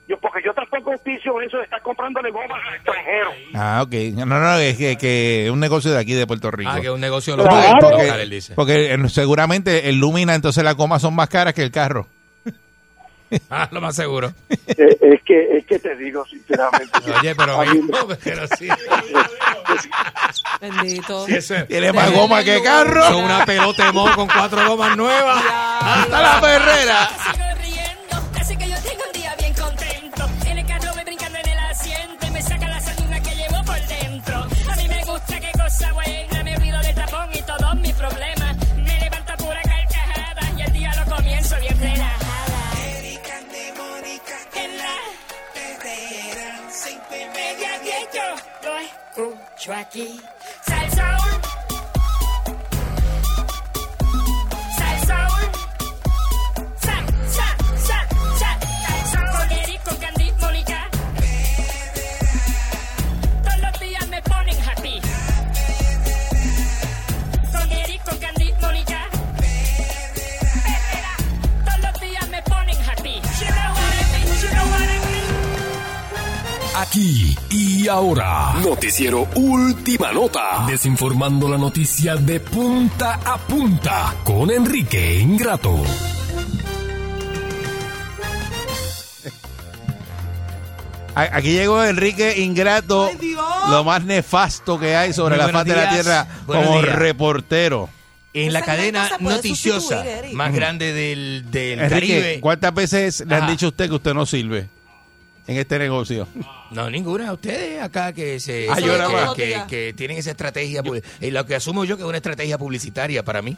Yo, porque yo tampoco auspicio eso de estar comprándole gomas a extranjeros.
Ah, ok. No, no, es que, que es un negocio de aquí, de Puerto Rico.
Ah, que es un negocio
Eh, Porque-
local,
porque,
local, él dice.
porque, eh, seguramente el Lumina, entonces las gomas son más caras que el carro.
Ah, lo más seguro.
Eh, es que es que te digo sinceramente
Oye, pero,
A mí- Eh,
pero sí.
Bendito.
Sí, eso es.
Tiene más goma que carro.
Son una pelota de moho con cuatro gomas nuevas.
Hasta la perrera.
Ah. Así que yo tengo un día bien contento. En el carro voy brincando en el asiento y me saca la saliva que llevo por dentro. A mí me gusta qué cosa buena, me olvido del tapón y todos mis problemas. Me levanto a pura carcajada y el día lo comienzo bien relajada. En la media que yo lo escucho aquí. Salsaul. Salsaul. Sal, sal, sal, sal. Salsaul con Eric, con Candy, Mónica. Todos los días me ponen happy. Con Eric, con Candy, Mónica. Perrera. Todos los días me ponen happy. You know what I mean, you know what I mean.
Aquí y ahora. Noticiero Última Nota. Desinformando la noticia de punta a punta con Enrique Ingrato.
A- Aquí llegó Enrique Ingrato, lo más nefasto que hay sobre la
Muy buenos
faz de la
días.
tierra
Buenos
como
días.
reportero.
En la
Esa gran
cadena
cosa puede
noticiosa
sustituir, Eric.
más
Ujú.
grande del, del
Enrique,
Caribe.
¿cuántas veces le han
Ajá.
dicho a usted que usted no sirve en este negocio?
No, ninguna. Ustedes acá que se
Ah,
que-
yo nada más.
que, que- que tienen esa estrategia, pues, y lo que asumo yo que es una estrategia publicitaria para mí,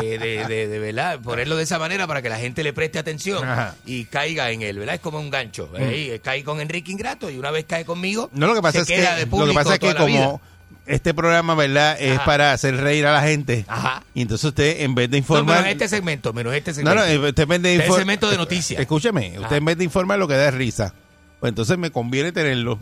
eh, de, de, de, ¿verdad? ponerlo de esa manera para que la gente le preste atención
Ajá.
y caiga en él, ¿verdad? Es como un gancho.
Mm.
Ahí, eh, cae con Enrique Ingrato y una vez cae conmigo,
No, lo que pasa
se
es
queda de
que, lo
público
que, pasa es que
toda la vida.
como este programa, ¿verdad? Es
Ajá.
para hacer reír a la gente. Y entonces usted, en vez de
No,
informar...
menos este segmento, menos este
No,
segmento.
no, eh, usted en vez de
Este
infor-
segmento de noticias.
Escúcheme, usted
Ajá.
en vez de informar lo que da es risa. Pues entonces me conviene tenerlo.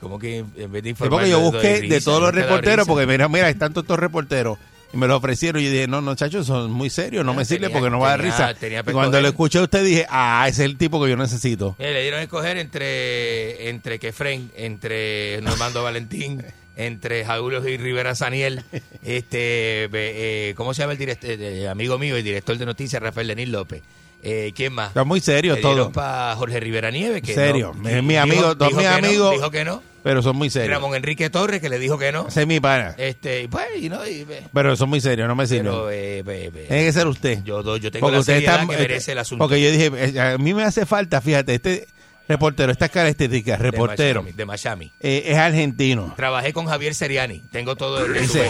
Como que en vez de
Sí,
informar.
porque yo
doy
busqué
risa,
de todos los
nunca doy
reporteros,
risa.
porque mira, mira, están todos estos reporteros. Y me lo ofrecieron y yo dije, no, no, chachos, son muy serios, no me sirve
Ah, tenía-
porque no va a dar
tenía-
risa.
tenía
y cuando
pecoder.
lo escuché a usted dije, ah, ese es el tipo que yo necesito.
Mira, le dieron a escoger entre, entre Kefren, entre Normando Valentín, entre Jaúl y Rivera Saniel, este, ve- eh, ¿cómo se llama el director? amigo mío, el director de noticias, Rafael Denis López. Eh, ¿Quién más?
Está muy serio
le
todo.
para Jorge Rivera Nieves. Que
Serio,
no.
es mi
Dijo-
amigo, dos
dijo
mis
que no,
amigos,
dijo que no.
pero son muy serios.
Ramón Enrique Torres, que le dijo que no.
Ese es mi pana,
Este, y pues, y no, y, ve.
pero son muy serios, no me sirven.
Pero, eh, ve- ve.
Tiene que ser usted.
Yo, doy- yo tengo la seriedad que merece el asunto.
Porque yo dije, eh, a mí me hace falta, fíjate, este reportero, estas características,
De
reportero,
Miami, De Miami.
eh, es argentino.
Trabajé con Javier Seriani. Tengo todo el
Dice,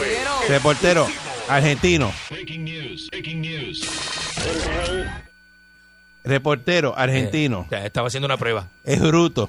reportero, argentino. Reportero, argentino.
Eh, estaba haciendo una prueba.
es bruto.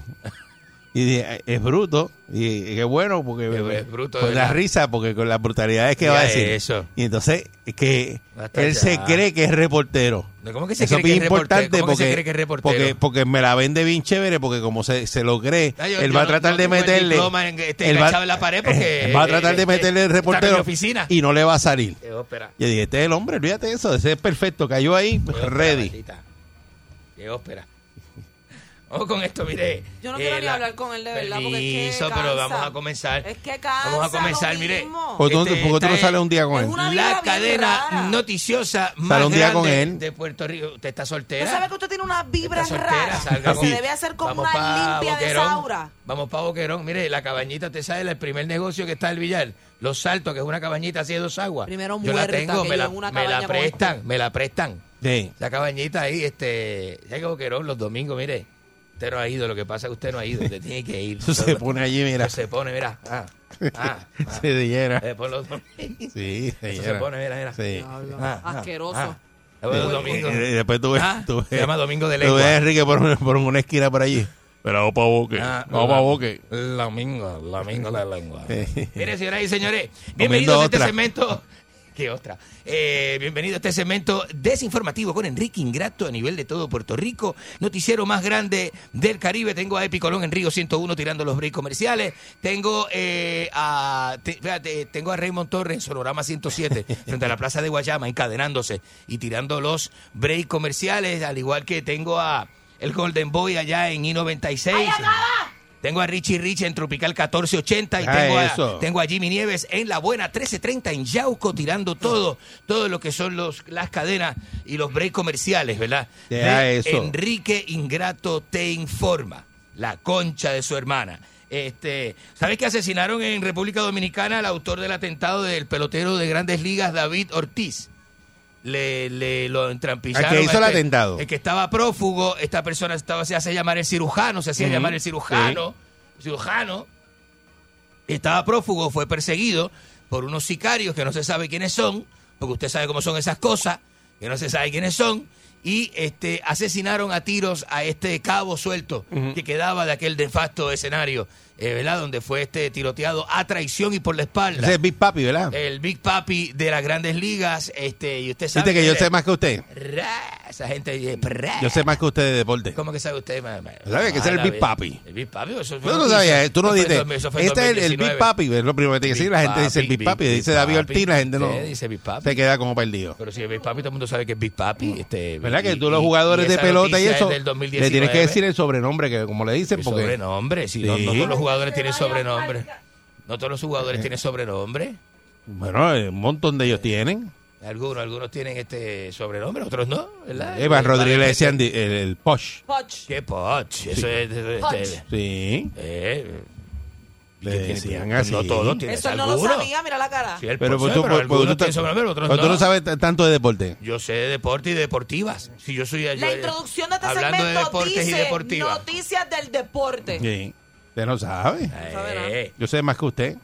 Y dije, es bruto. Y, y qué bueno, porque
Es- es bruto, de
con la
verdad.
risa, porque con las brutalidades que
Mira
va a decir.
eso.
Y entonces, que
Basta
él
ya.
se cree que es reportero.
No, ¿cómo que se
Eso
cree que
bien
es reportero?
importante
¿Cómo que
porque,
se cree que es reportero?
porque, porque me la vende bien chévere, porque como se, se lo cree,
Ah, yo-
él
yo
va a
no-
tratar
no
de
tengo el
meterle.
diploma en- este,
él
enganchado en la pared porque,
él va a tratar de
eh,
meterle
eh,
el
está en mi
reportero
oficina.
y no le va a salir.
Eh, ópera.
Yo dije, este es el hombre, olvídate de eso, ese es perfecto, cayó ahí,
Oh,
ready.
Maldita. Qué ópera. Ojo con esto, mire. Eh,
Yo no quiero ni hablar con él de verdad, porque es que
Permiso, pero
cansa.
vamos a comenzar.
Es que cansa
Vamos a comenzar,
lo
mire.
mismo.
¿Por qué tú- por qué tú no
Este, es
sales un día con él?
La cadena noticiosa más
un día con
grande
él.
de Puerto Rico. Usted está
Usted
soltera.
sabe que usted tiene unas vibras
Está soltera,
raras.
salga
Se
con-
debe hacer como
Vamos
una
pa'
limpia de
Boquerón.
esa aura.
Vamos para Boquerón. Mire, la cabañita, usted sabe, el primer negocio que está el Villar. Los Saltos, que es una cabañita así de dos aguas.
Primero
Yo la
muerta
tengo,
que
me la,
yo en una
me la
cabaña con
prestan, me la prestan.
Sí.
La cabañita ahí, este. Ya que Boquerón los domingos, mire. Usted no ha ido, lo que pasa es que usted no ha ido, usted tiene que ir.
Eso se pone allí, mira.
Se pone, mira. Ah, ah, ah.
Se llena.
Eh, por los domingos.
Sí, se
Eso se
llena.
pone, mira, mira.
Sí.
Asqueroso.
Ah, bueno, domingo.
Y después tú ves,
Ah,
tú ves-
se llama Domingo de
tú
Lengua.
ves a Enrique por, una- por una esquina por allí. Pero vamos para boque.
Ah,
vamos para boque.
Domingo, domingo de lengua.
Sí.
Mire, señoras y señores,
Comiendo
bienvenidos a este
otra.
segmento Qué otra. Eh, bienvenido a este segmento desinformativo con Enrique Ingrato a nivel de todo Puerto Rico. Noticiero más grande del Caribe. Tengo a Epi Colón en Río 101 tirando los breaks comerciales. Tengo eh, a te- fíjate, tengo a Raymond Torres en Sonorama 107 frente a la Plaza de Guayama encadenándose y tirando los breaks comerciales. Al igual que tengo a el Golden Boy allá en I-96. Tengo a Richie Rich en Tropical 1480 y
Ah,
tengo,
eso.
a, tengo a Jimmy Nieves en La Buena 1330 en Yauco tirando todo, todo lo que son los, las cadenas y los break comerciales, ¿verdad?
Deja
De
eso.
Enrique Ingrato te informa, la concha de su hermana. Este, ¿Sabes que asesinaron en República Dominicana al autor del atentado del pelotero de grandes ligas, David Ortiz? Le, le lo entrampillaron.
Al que hizo
a este
el atentado.
El que estaba prófugo, esta persona estaba, se hace llamar el cirujano, se hacía
Ujú.
llamar el cirujano. Cirujano estaba prófugo, fue perseguido por unos sicarios que no se sabe quiénes son, porque usted sabe cómo son esas cosas, que no se sabe quiénes son, y este asesinaron a tiros a este cabo suelto
Ujú.
que quedaba de aquel nefasto escenario, eh, ¿verdad? Donde fue este tiroteado a traición y por la espalda.
Ese es Big Papi, ¿verdad?
El Big Papi de las grandes ligas, este, y usted sabe.
Viste que yo
le-
sé más que usted.
Ra, Esa gente dice, "Pra".
Yo sé más que usted de deporte.
¿Cómo que sabe usted? ma- ma-
¿Sabe que ese es el
la
Big
vida?
Papi?
El Big Papi, eso
Tú no sabías, tú no
Eso fue en
dijiste.
2000, eso fue en
Este es el- el
2019.
Big Papi, es lo primero que tiene que decir. La
Big
gente dice el
Papi,
Big Papi,
Big
dice David
Papi.
Ortiz, la gente no
Usted dice Big Papi.
se queda como perdido.
Pero si es Big Papi, todo el mundo sabe que es Big Papi. Este,
Mm. ¿Verdad que
y-
tú los
y-
jugadores
y
de
esa
pelota y
noticia es
eso
del
le
2019.
tienes que decir el sobrenombre que como le dicen
El
porque
sobrenombre, si no,
Sí.
no todos los jugadores tienen sobrenombre. No todos los jugadores tienen sobrenombre.
bueno, eh, un montón de ellos tienen.
Algunos, algunos tienen este sobrenombre, otros no, ¿verdad?
Evan Rodríguez le decían di- el, el posh.
Poch.
¿Qué poch? Eso es. eso es-
Poch.
este-
Sí.
eh,
Le
¿qué tiene? Pues
decían
No
así.
todos tienen
Eso él no lo
alguno.
sabía, mira la cara.
Sí, el
Pero
poch,
pues tú,
pero
pues,
algunos
tú
tienen
ta-
sobrenombre, otros
pero tú
no.
no sabes t- tanto de deporte.
Yo sé de deporte y deportivas. Si yo soy yo- eh,
La introducción de este
hablando
segmento
de deportes
dice
y deportivas.
noticias del deporte.
Sí. Usted no sabe.
Eh,
Yo sé más que usted.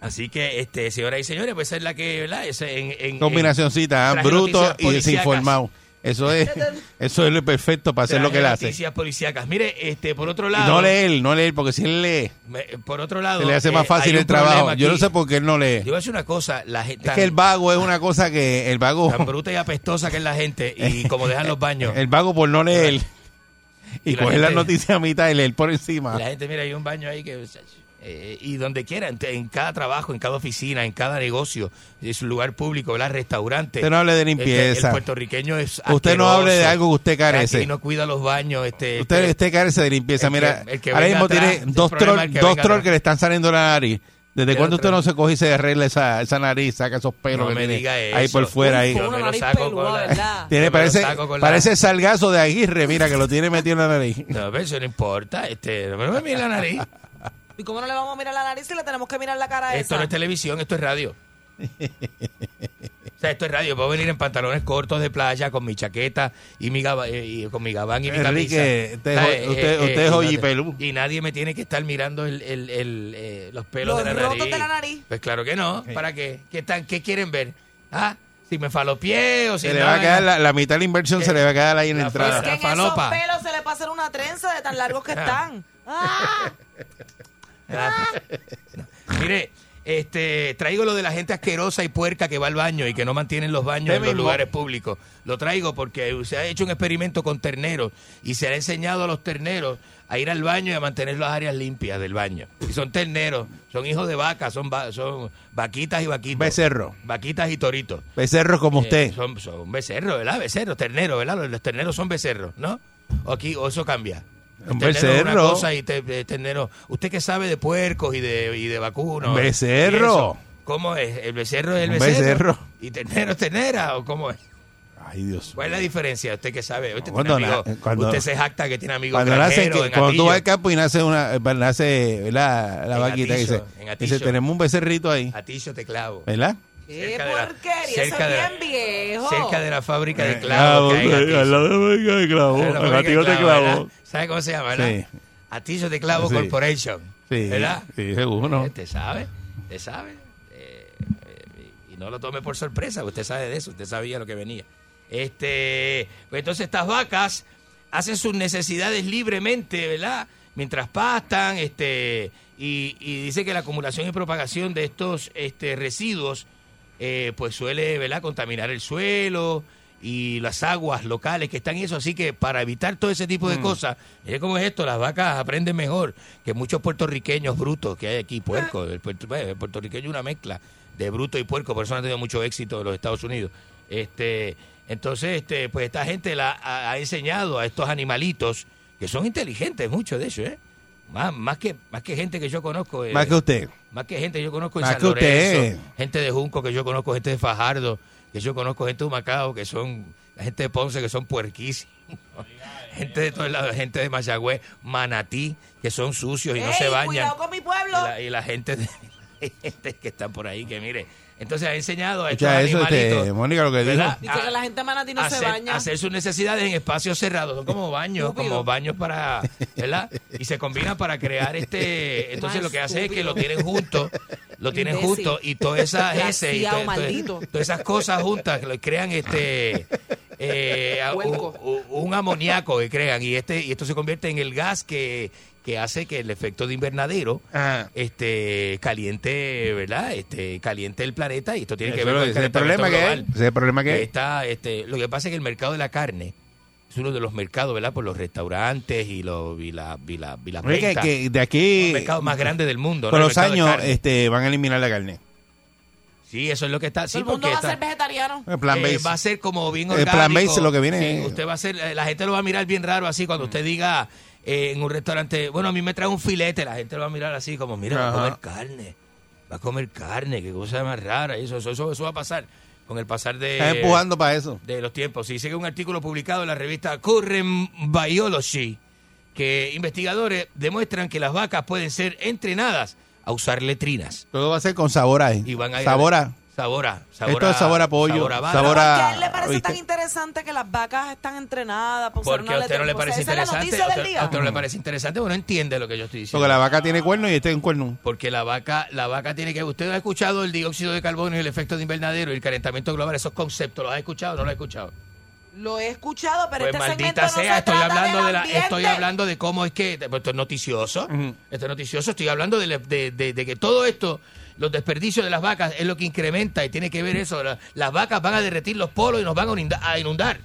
así que, este, señoras y señores, pues esa es la que, ¿verdad? Ese, en, en-
Combinacioncita,
en-
¿ah?
traje
bruto
noticias
y
policíacas.
desinformado. Eso es, eso es lo perfecto para hacer lo que
Traje
él hace.
Noticias policíacas. Mire, este, por otro
Y
lado.
no leer, no leer, porque si él lee,
me- eh, por otro lado.
se le hace más
eh,
fácil
hay un
el trabajo.
problema
Yo no
aquí.
sé por qué él no
Yo
lee.
voy a decir una cosa. La gente.
Es que el vago es una cosa que el vago,
Tan bruta y apestosa que es la gente y como dejan los baños.
el vago por no leer y,
Y la
coger la
gente-
noticia a mitad y leer por encima.
La gente, mira, hay un baño ahí que... eh, y donde quiera, en, en cada trabajo, en cada oficina, en cada negocio, es un lugar público, ¿verdad? Restaurante.
Usted no hable de
El- El,
limpieza.
puertorriqueño es
Usted no
asqueroso.
hable de algo que usted carece.
Y no cuida los baños. Este,
Usted
este-
este carece de limpieza.
el que-
Mira,
el que
ahora
venga
mismo
atrás,
tiene
el
dos trolls
problema es el
que,
que
dos
venga
troll
atrás.
que le están saliendo la nariz. ¿Desde
Pero
cuándo usted
otra-
no se coge y se arregla esa, esa nariz, saca esos pelos
no
que
me
tiene
diga eso.
ahí por fuera? ahí
Yo me lo
nariz
saco con
peluda,
la...
¿verdad?
tiene,
yo me lo
Parece,
saco con la-
parece el salgazo de Aguirre, mira, que lo tiene metido en la nariz.
No, pero eso no importa. Este, no me mire la nariz.
¿Y cómo no le vamos a mirar la nariz si le tenemos que mirar la cara a
Esto
esa?
no es televisión, esto es radio. O sea, esto es radio. Puedo venir en pantalones cortos de playa con mi chaqueta y mi gaba- eh, y con mi gabán y mi
Enrique,
camisa.
usted
O sea, eh,
es jo- usted- usted es
y
Joyi
nadie-
Pelú.
Y nadie me tiene que estar mirando el- el- el, eh, los pelos
Los
de, la
rotos
nariz.
de la nariz.
Pues claro que no. ¿Para qué? ¿Qué, tan, qué quieren ver? ¿Ah? Si me falopié o si
Se le
no,
va a quedar
no.
la, la mitad de la inversión, se le va a quedar ahí en la
la
entrada.
fresa.
que en
falopa.
esos pelos se le pasa una trenza de tan largos que están. ¡Ah!
Ah. Mire, este, traigo lo de la gente asquerosa y puerca que va al baño y que no mantienen los baños
Usted
en los
mismo.
lugares públicos. Lo traigo porque se ha hecho un experimento con terneros y se le ha enseñado a los terneros a ir al baño y a mantener las áreas limpias del baño. Y son terneros, son hijos de vacas, son, va- son vaquitas y vaquitos.
Becerro.
Vaquitas y toritos.
Becerros como
Eh,
usted.
son, son becerros, ¿verdad? Becerros, terneros, ¿verdad? Los, los terneros son becerros, ¿no? O aquí, o eso cambia.
Un
Ternero es una
becerro.
cosa y te- eh, ternero. ¿Usted qué sabe de puercos y de, y de vacunos?
Becerro.
Y eso. ¿Cómo es? ¿El becerro es el
Un
becerro?
becerro.
¿Y ternero es ternera o cómo es?
Ay, Dios.
¿Cuál es la diferencia? ¿Usted qué sabe? Usted, tiene
Cuando
amigos-
na- cuando-
usted se jacta que tiene amigos
Cuando, nace,
extranjeros
que-
en
cuando tú
Atillo.
vas al campo y nace una eh, nace ¿verdad? la
En
vaquita
Atillo,
dice,
en Atillo.
dice, tenemos un becerrito ahí,
Atillo te clavo.
¿verdad?
¡Qué
Cerca de la-
porquería! Eso
cerca de la-
es bien viejo.
Cerca de la fábrica de
Clavo,
clavos. que hay en
sí,
Atillo.
Eh, ah, al lado de la vaquita de clavo,
Era la
el
fábrica
gatillo
de
de
clavos,
clavo.
¿verdad? ¿Sabe cómo se llama, verdad?
Sí.
Atillo de Clavo
Sí.
Corporation.
Sí,
¿Verdad? Este,
sí, seguro.
Usted sabe, usted sabe. Eh, eh, y no lo tome por sorpresa, usted sabe de eso, usted sabía lo que venía. Este, pues entonces estas vacas hacen sus necesidades libremente, ¿verdad? Mientras pastan, este, y, y dice que la acumulación y propagación de estos este, residuos eh, pues suele ¿verdad? contaminar el suelo y las aguas locales que están y eso. Así que para evitar todo ese tipo de cosas, mire cómo es esto, las vacas aprenden mejor que muchos puertorriqueños brutos que hay aquí, puercos. El, puerto- el puertorriqueño es una mezcla de bruto y puerco, por eso no han tenido mucho éxito en los Estados Unidos. Este, entonces, este, pues esta gente la, ha, ha enseñado a estos animalitos, que son inteligentes, muchos de ellos, ¿eh? Más, más, que, más que gente que yo conozco. eh,
Más que usted.
Más que gente que yo conozco en
Más
San
que usted.
Lorenzo, gente de Junco que yo conozco, gente de Fajardo, que yo conozco, gente de Macao, que son, la gente de Ponce que son puerquísimos, gente de todos lados, gente de Mayagüez, Manatí, que son sucios Pues, y no
Ey,
se bañan.
cuidado con mi pueblo.
Y la, eh, y la gente, de- gente que están por ahí, que mire. Entonces ha enseñado a estos
Escucha eso,
animalitos
este, Mónica, lo que dijo.
¿verdad?
Dice que la gente de Manatí no se
ah, hacer,
baña.
hacer sus necesidades en espacios cerrados, son como baños, como baños para, ¿verdad? Y se combinan para crear este, entonces
Más
lo que hace es que
estúpido.
lo tienen juntos, lo tienen
Imbécil.
juntos y todas esas heces y
Desgraciado,
to- to-
maldito.
todas esas cosas juntas que lo crean este eh, a- un, un- un amoníaco que crean y este y esto se convierte en el gas que que hace que el efecto de invernadero
Ah.
este caliente, ¿verdad? Este caliente el planeta y esto tiene que
Eso
ver
lo
con el
dice el
calentamiento
problema que hay,
global
ese es el problema que hay.
está, este, lo que pasa es que el mercado de la carne es uno de los mercados, ¿verdad? Por los restaurantes y, los y, la, y, la, y las
Oye, que,
ventas.
que de aquí.
El mercado más grande del mundo,
Con
¿no? El
los
mercado de
años
carne.
este, van a eliminar la carne.
Sí, eso es lo que está.
Todo
Sí,
el mundo
porque
va
está-
a ser vegetariano.
El plan
eh,
base.
va a ser como bien
El
orgánico.
plan base lo que viene
Sí,
es-
usted va a ser, eh, la gente lo va a mirar bien raro así cuando usted diga eh, en un restaurante, bueno, a mí me trae un filete, la gente lo va a mirar así como, mira, va a
Ajá.
comer carne, va a comer carne, qué cosa más rara, y eso, eso, eso, eso va a pasar con el pasar de...
Están empujando para eso.
De los tiempos. Sí, sigue un artículo publicado en la revista Current Biology que investigadores demuestran que las vacas pueden ser entrenadas a usar letrinas.
Todo va a ser con sabor ahí.
Y van a ir-
Sabora.
Sabora. sabora
Esto es sabor a pollo,
Sabor a vara.
sabor a-
¿Qué a él le parece
¿Oíste?
tan interesante que las vacas están entrenadas? Por
Porque a usted no le parece
Esa
interesante. A
es la noticia del
usted, a
día.
usted no le parece interesante o no entiende lo que yo estoy diciendo.
Porque la vaca tiene cuerno y este es un cuerno.
Porque la vaca, la vaca tiene que. Usted ha escuchado el dióxido de carbono y el efecto de invernadero y el calentamiento global, esos conceptos, ¿los ha escuchado o no los ha escuchado?
Lo he escuchado, pero
Pues
este segmento
maldita
no
sea,
se
estoy
trata
hablando
del
de la,
ambiente.
estoy hablando de cómo es que pues, esto es noticioso, esto es noticioso, estoy hablando de, la- de- de- de que todo esto, los desperdicios de las vacas es lo que incrementa y tiene que ver eso, la- las vacas van a derretir los polos y nos van a inunda- a inundar.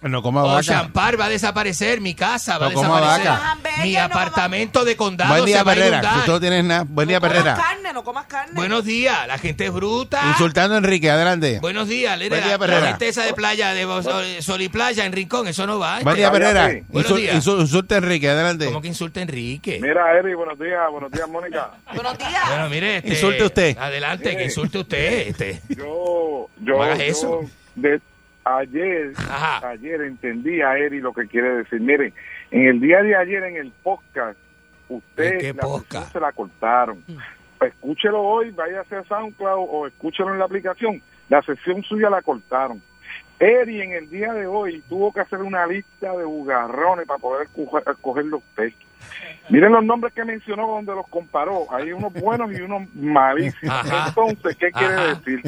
No coma vaca.
Ocean Park va a desaparecer, mi casa va a
No coma
desaparecer,
vaca.
mi apartamento de condado
Buen
se
día,
va a
Perrera.
inundar.
Si tú no tienes nada. Buen día, Perrera.
Carne, no comas carne.
Buenos días, la gente es bruta.
Insultando a Enrique, adelante.
Buenos días, Lera.
Buen día,
la
Perrera.
gente esa de playa, de Sol- Sol y Playa, en Rincón, eso no va. ¿eh?
Buen día, Perrera.
Buenos
Insul-
días.
insul- Insulta a Enrique, adelante.
¿Cómo que insulta a Enrique?
Mira, Eri, buenos días, buenos días, Mónica. Eh,
Buenos días.
Bueno, mire, este,
Insulte usted.
Adelante, que insulte usted. Este.
Yo,
No
yo,
hagas
yo
eso.
de- ayer, ayer entendí a Eri lo que quiere decir. Miren, en el día de ayer en el podcast, usted la sesión se la cortaron.
Mm.
Escúchelo hoy, váyase a SoundCloud o escúchelo en la aplicación. La sesión suya la cortaron. Eri en el día de hoy tuvo que hacer una lista de bugarrones para poder escoger- escoger los textos. Miren los nombres que mencionó donde los comparó. Hay unos buenos y unos malísimos.
Ajá.
Entonces, ¿qué quiere
Ajá.
decir?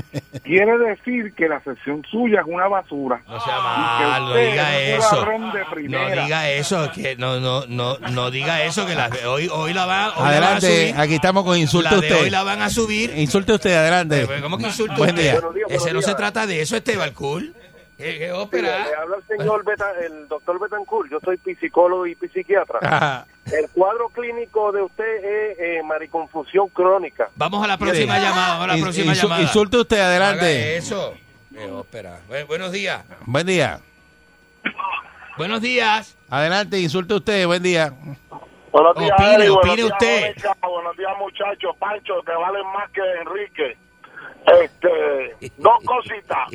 Quiere decir que la sesión suya es una basura.
No sea
que
malo, Ah, no
usted
diga
es un
eso.
ladrón de
No
primera.
diga eso, que no, no, no, no diga eso, que la- hoy, hoy la va, hoy la van a
Adelante,
subir.
aquí estamos con insulta
La de
usted.
hoy la van a subir.
Insulte usted, adelante.
Pero, ¿Cómo que insulta
Buen
usted?
día.
Ese no se trata de eso, este Balcool. ¿Qué, qué ópera?
Le habla el señor Beta- el doctor Betancourt. Yo soy psicólogo y psiquiatra.
Ajá.
El cuadro clínico de usted es eh, mariconfusión crónica.
Vamos a la próxima llamada, vamos a la
Ins-
próxima
insu-
llamada.
insulte usted, adelante.
Haga eso. Eh, Qué ópera. Bu- Buenos días.
Buen día.
Buenos días.
Adelante, insulte usted. Buen día.
Buenos días,
Opine,
Eli,
opine
buenos
usted.
Días, Mónica, buenos días, muchachos. Pancho, te valen más que Enrique. Este, dos cositas.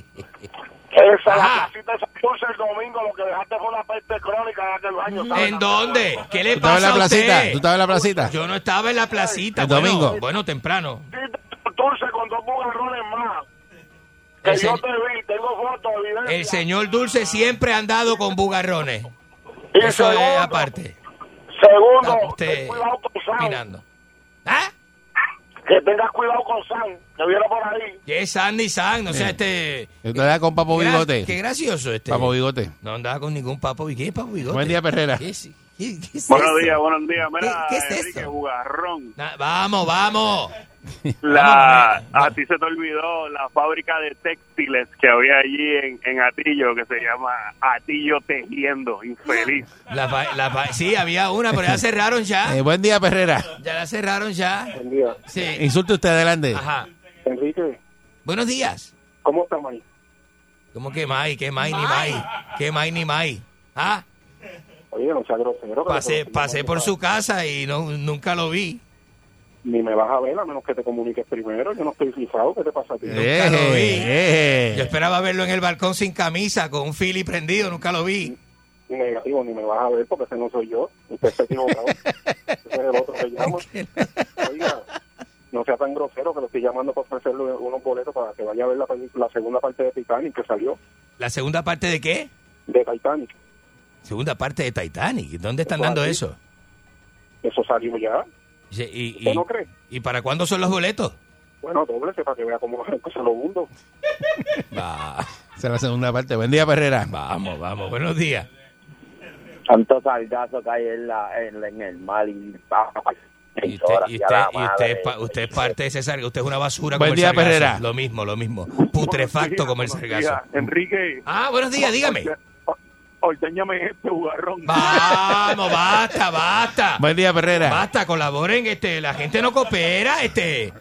Esa, la casita esa cosa el domingo, lo que dejaste fue una peste crónica de aquel baño. ¿sabes?
¿En dónde? ¿Qué le
¿Tú estabas en
pasa
la
a usted?
placita? ¿Tú estabas en la placita?
Yo no estaba en la placita.
El
bueno,
domingo.
Bueno, temprano.
Dulce con dos bugarrones más. Que
El,
yo
se-
te vi, tengo fotos, evidencia.
el señor Dulce siempre ha andado con bugarrones.
Y
Eso es
segundo,
aparte.
Segundo,
Está usted
ten cuidado con San.
mirando.
Que tengas cuidado con San, que viene por ahí.
Que es San ni San, no sea este...
Usted da con Papo
Gra-
Bigote.
Qué gracioso este.
Papo Bigote.
No andaba con ningún papo. ¿Y qué es papo bigote?
Buen día, Perrera.
¿Qué es?
buenos días, buenos días. Mira,
¿Qué- qué es
Enrique Jugarrón.
Na- vamos, vamos.
La, a ti se te olvidó la fábrica de textiles que había allí en, en Atillo, que se llama Atillo Tejiendo, infeliz.
La fa- la fa- sí, había una, pero ya cerraron ya.
Eh, buen día, Perrera.
Ya la cerraron ya. Buen
día.
Sí.
Insulte usted, adelante.
Ajá.
Enrique.
Buenos días.
¿Cómo estás, Mari?
¿Cómo que May? ¿Qué May ni May? ¿Qué May ni May? ¿Ah?
Oye, no seas grosero. que te-
Pasé, pasé por su casa y no, nunca lo vi.
Ni me vas a ver a menos que te comuniques primero. Yo no estoy cifrado. ¿Qué te pasa a ti?
Nunca lo vi. Yo esperaba verlo en el balcón sin camisa, con un fili prendido, nunca lo vi.
Negativo, ni me vas a ver porque ese no soy yo. Usted se equivocado. ese es el otro que llama. Oiga, no sea tan grosero que lo estoy llamando para ofrecerle unos boletos para que vaya a ver la, peli- la segunda parte de Titanic que salió,
¿La segunda parte de qué?
de Titanic.
Segunda parte de Titanic. ¿Dónde están dando eso?
Eso salió ya.
Y, y-
¿Usted no cree?
y para cuándo son los boletos?
Bueno, doblese para que vea cómo se lo hundo.
Va,
Esa es la segunda parte. Buen día, Perrera.
Vamos, vamos. Buenos días.
Tanto saldazo que hay en, la, en, la- en el mar y...
Y usted, y usted, y usted es pa- usted es parte de César, usted es una basura
Buen
como
día,
el sargazo.
Perrera.
Lo mismo, lo mismo. Putrefacto como el sargazo.
Enrique.
Ah, buenos días, dígame.
Ordeñame este jugarrón.
Vamos, basta, basta.
Buen día, Perrera.
Ah. Basta, colaboren, este, la gente no coopera, este.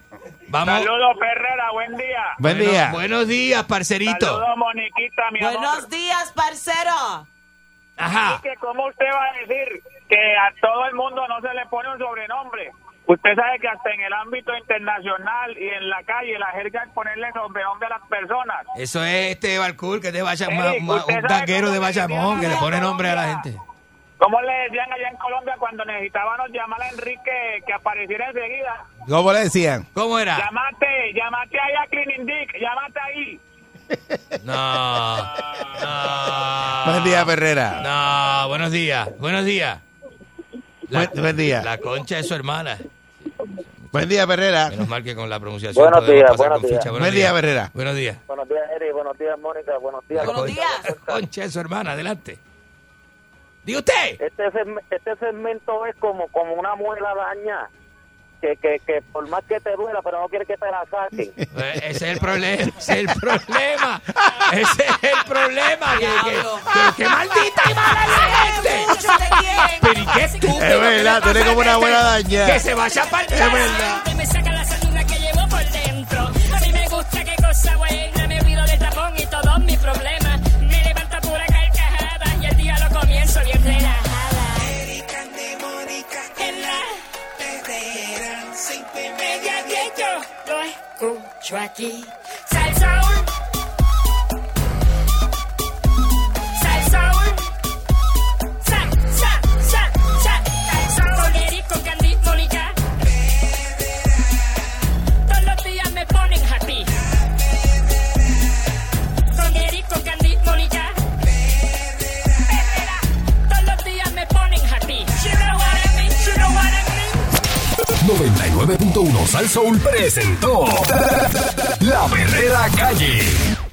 Vamos.
Saludos, Ferrera, buen día.
Buen día.
Buenos días, parcerito.
Saludos, Moniquita, mi amor.
Buenos días, parcero.
Ajá.
que ¿Cómo usted va a decir que a todo el mundo no se le pone un sobrenombre? Usted sabe que hasta en el ámbito internacional y en la calle la jerga es ponerle sobrenombre a las personas.
Eso es este Balcour, que te vaya
Eric, ¿usted
un
sabe
tanquero
cómo
de
le decían
Bayamón, que le
allá
pone
en
nombre a la gente.
¿Cómo le decían allá en Colombia cuando necesitábamos llamar a Enrique que apareciera enseguida?
¿Cómo le decían?
¿Cómo era?
Llámate, llámate ahí a Cleaning Dick, llámate ahí.
No. no.
Buen día, Perrera.
No, buenos días. Buenos días.
Buen- buen día.
La concha de su hermana.
Buen día, Perrera.
Menos mal que con la pronunciación.
Buenos
podemos
días,
pasar
buenos
con
días.
ficha.
Buen día, Herrera.
Buenos días.
Buenos días, Eric. Buenos días, Mónica. Buenos días.
Buenos días. Concha de su hermana, adelante. ¿Diga usted?
Este, segme- este segmento es como, como una muela daña. Que, que, que por más que te duela, pero no quiere que te la saquen.
Eh, Ese es el problema, ese es el problema, ese es el problema. Que, que- pero qué maldita y mala la gente. Pero ¿y qué estúpido.
Es verdad,
¿Qué le
tiene
pasa
como
a
una
este?
buena daña.
Que se vaya para el
Que me saca la saliva que llevo por dentro. A mí me gusta qué cosa buena, me olvido del tapón y todos mis problemas. Me levanta pura carcajada y el día lo comienzo bien relajada. En la media que yo lo escucho aquí. Salsaul. Salsaul. Sal, sal, sal, sal. Salsaul con Eric, con Candy, Mónica. Todos los días me ponen happy. Con Eric, con Candy, Mónica. Perrera. Todos los días me ponen happy. You know what I mean, you know what I mean.
99.1 Sal Soul presentó La Verdadera Calle.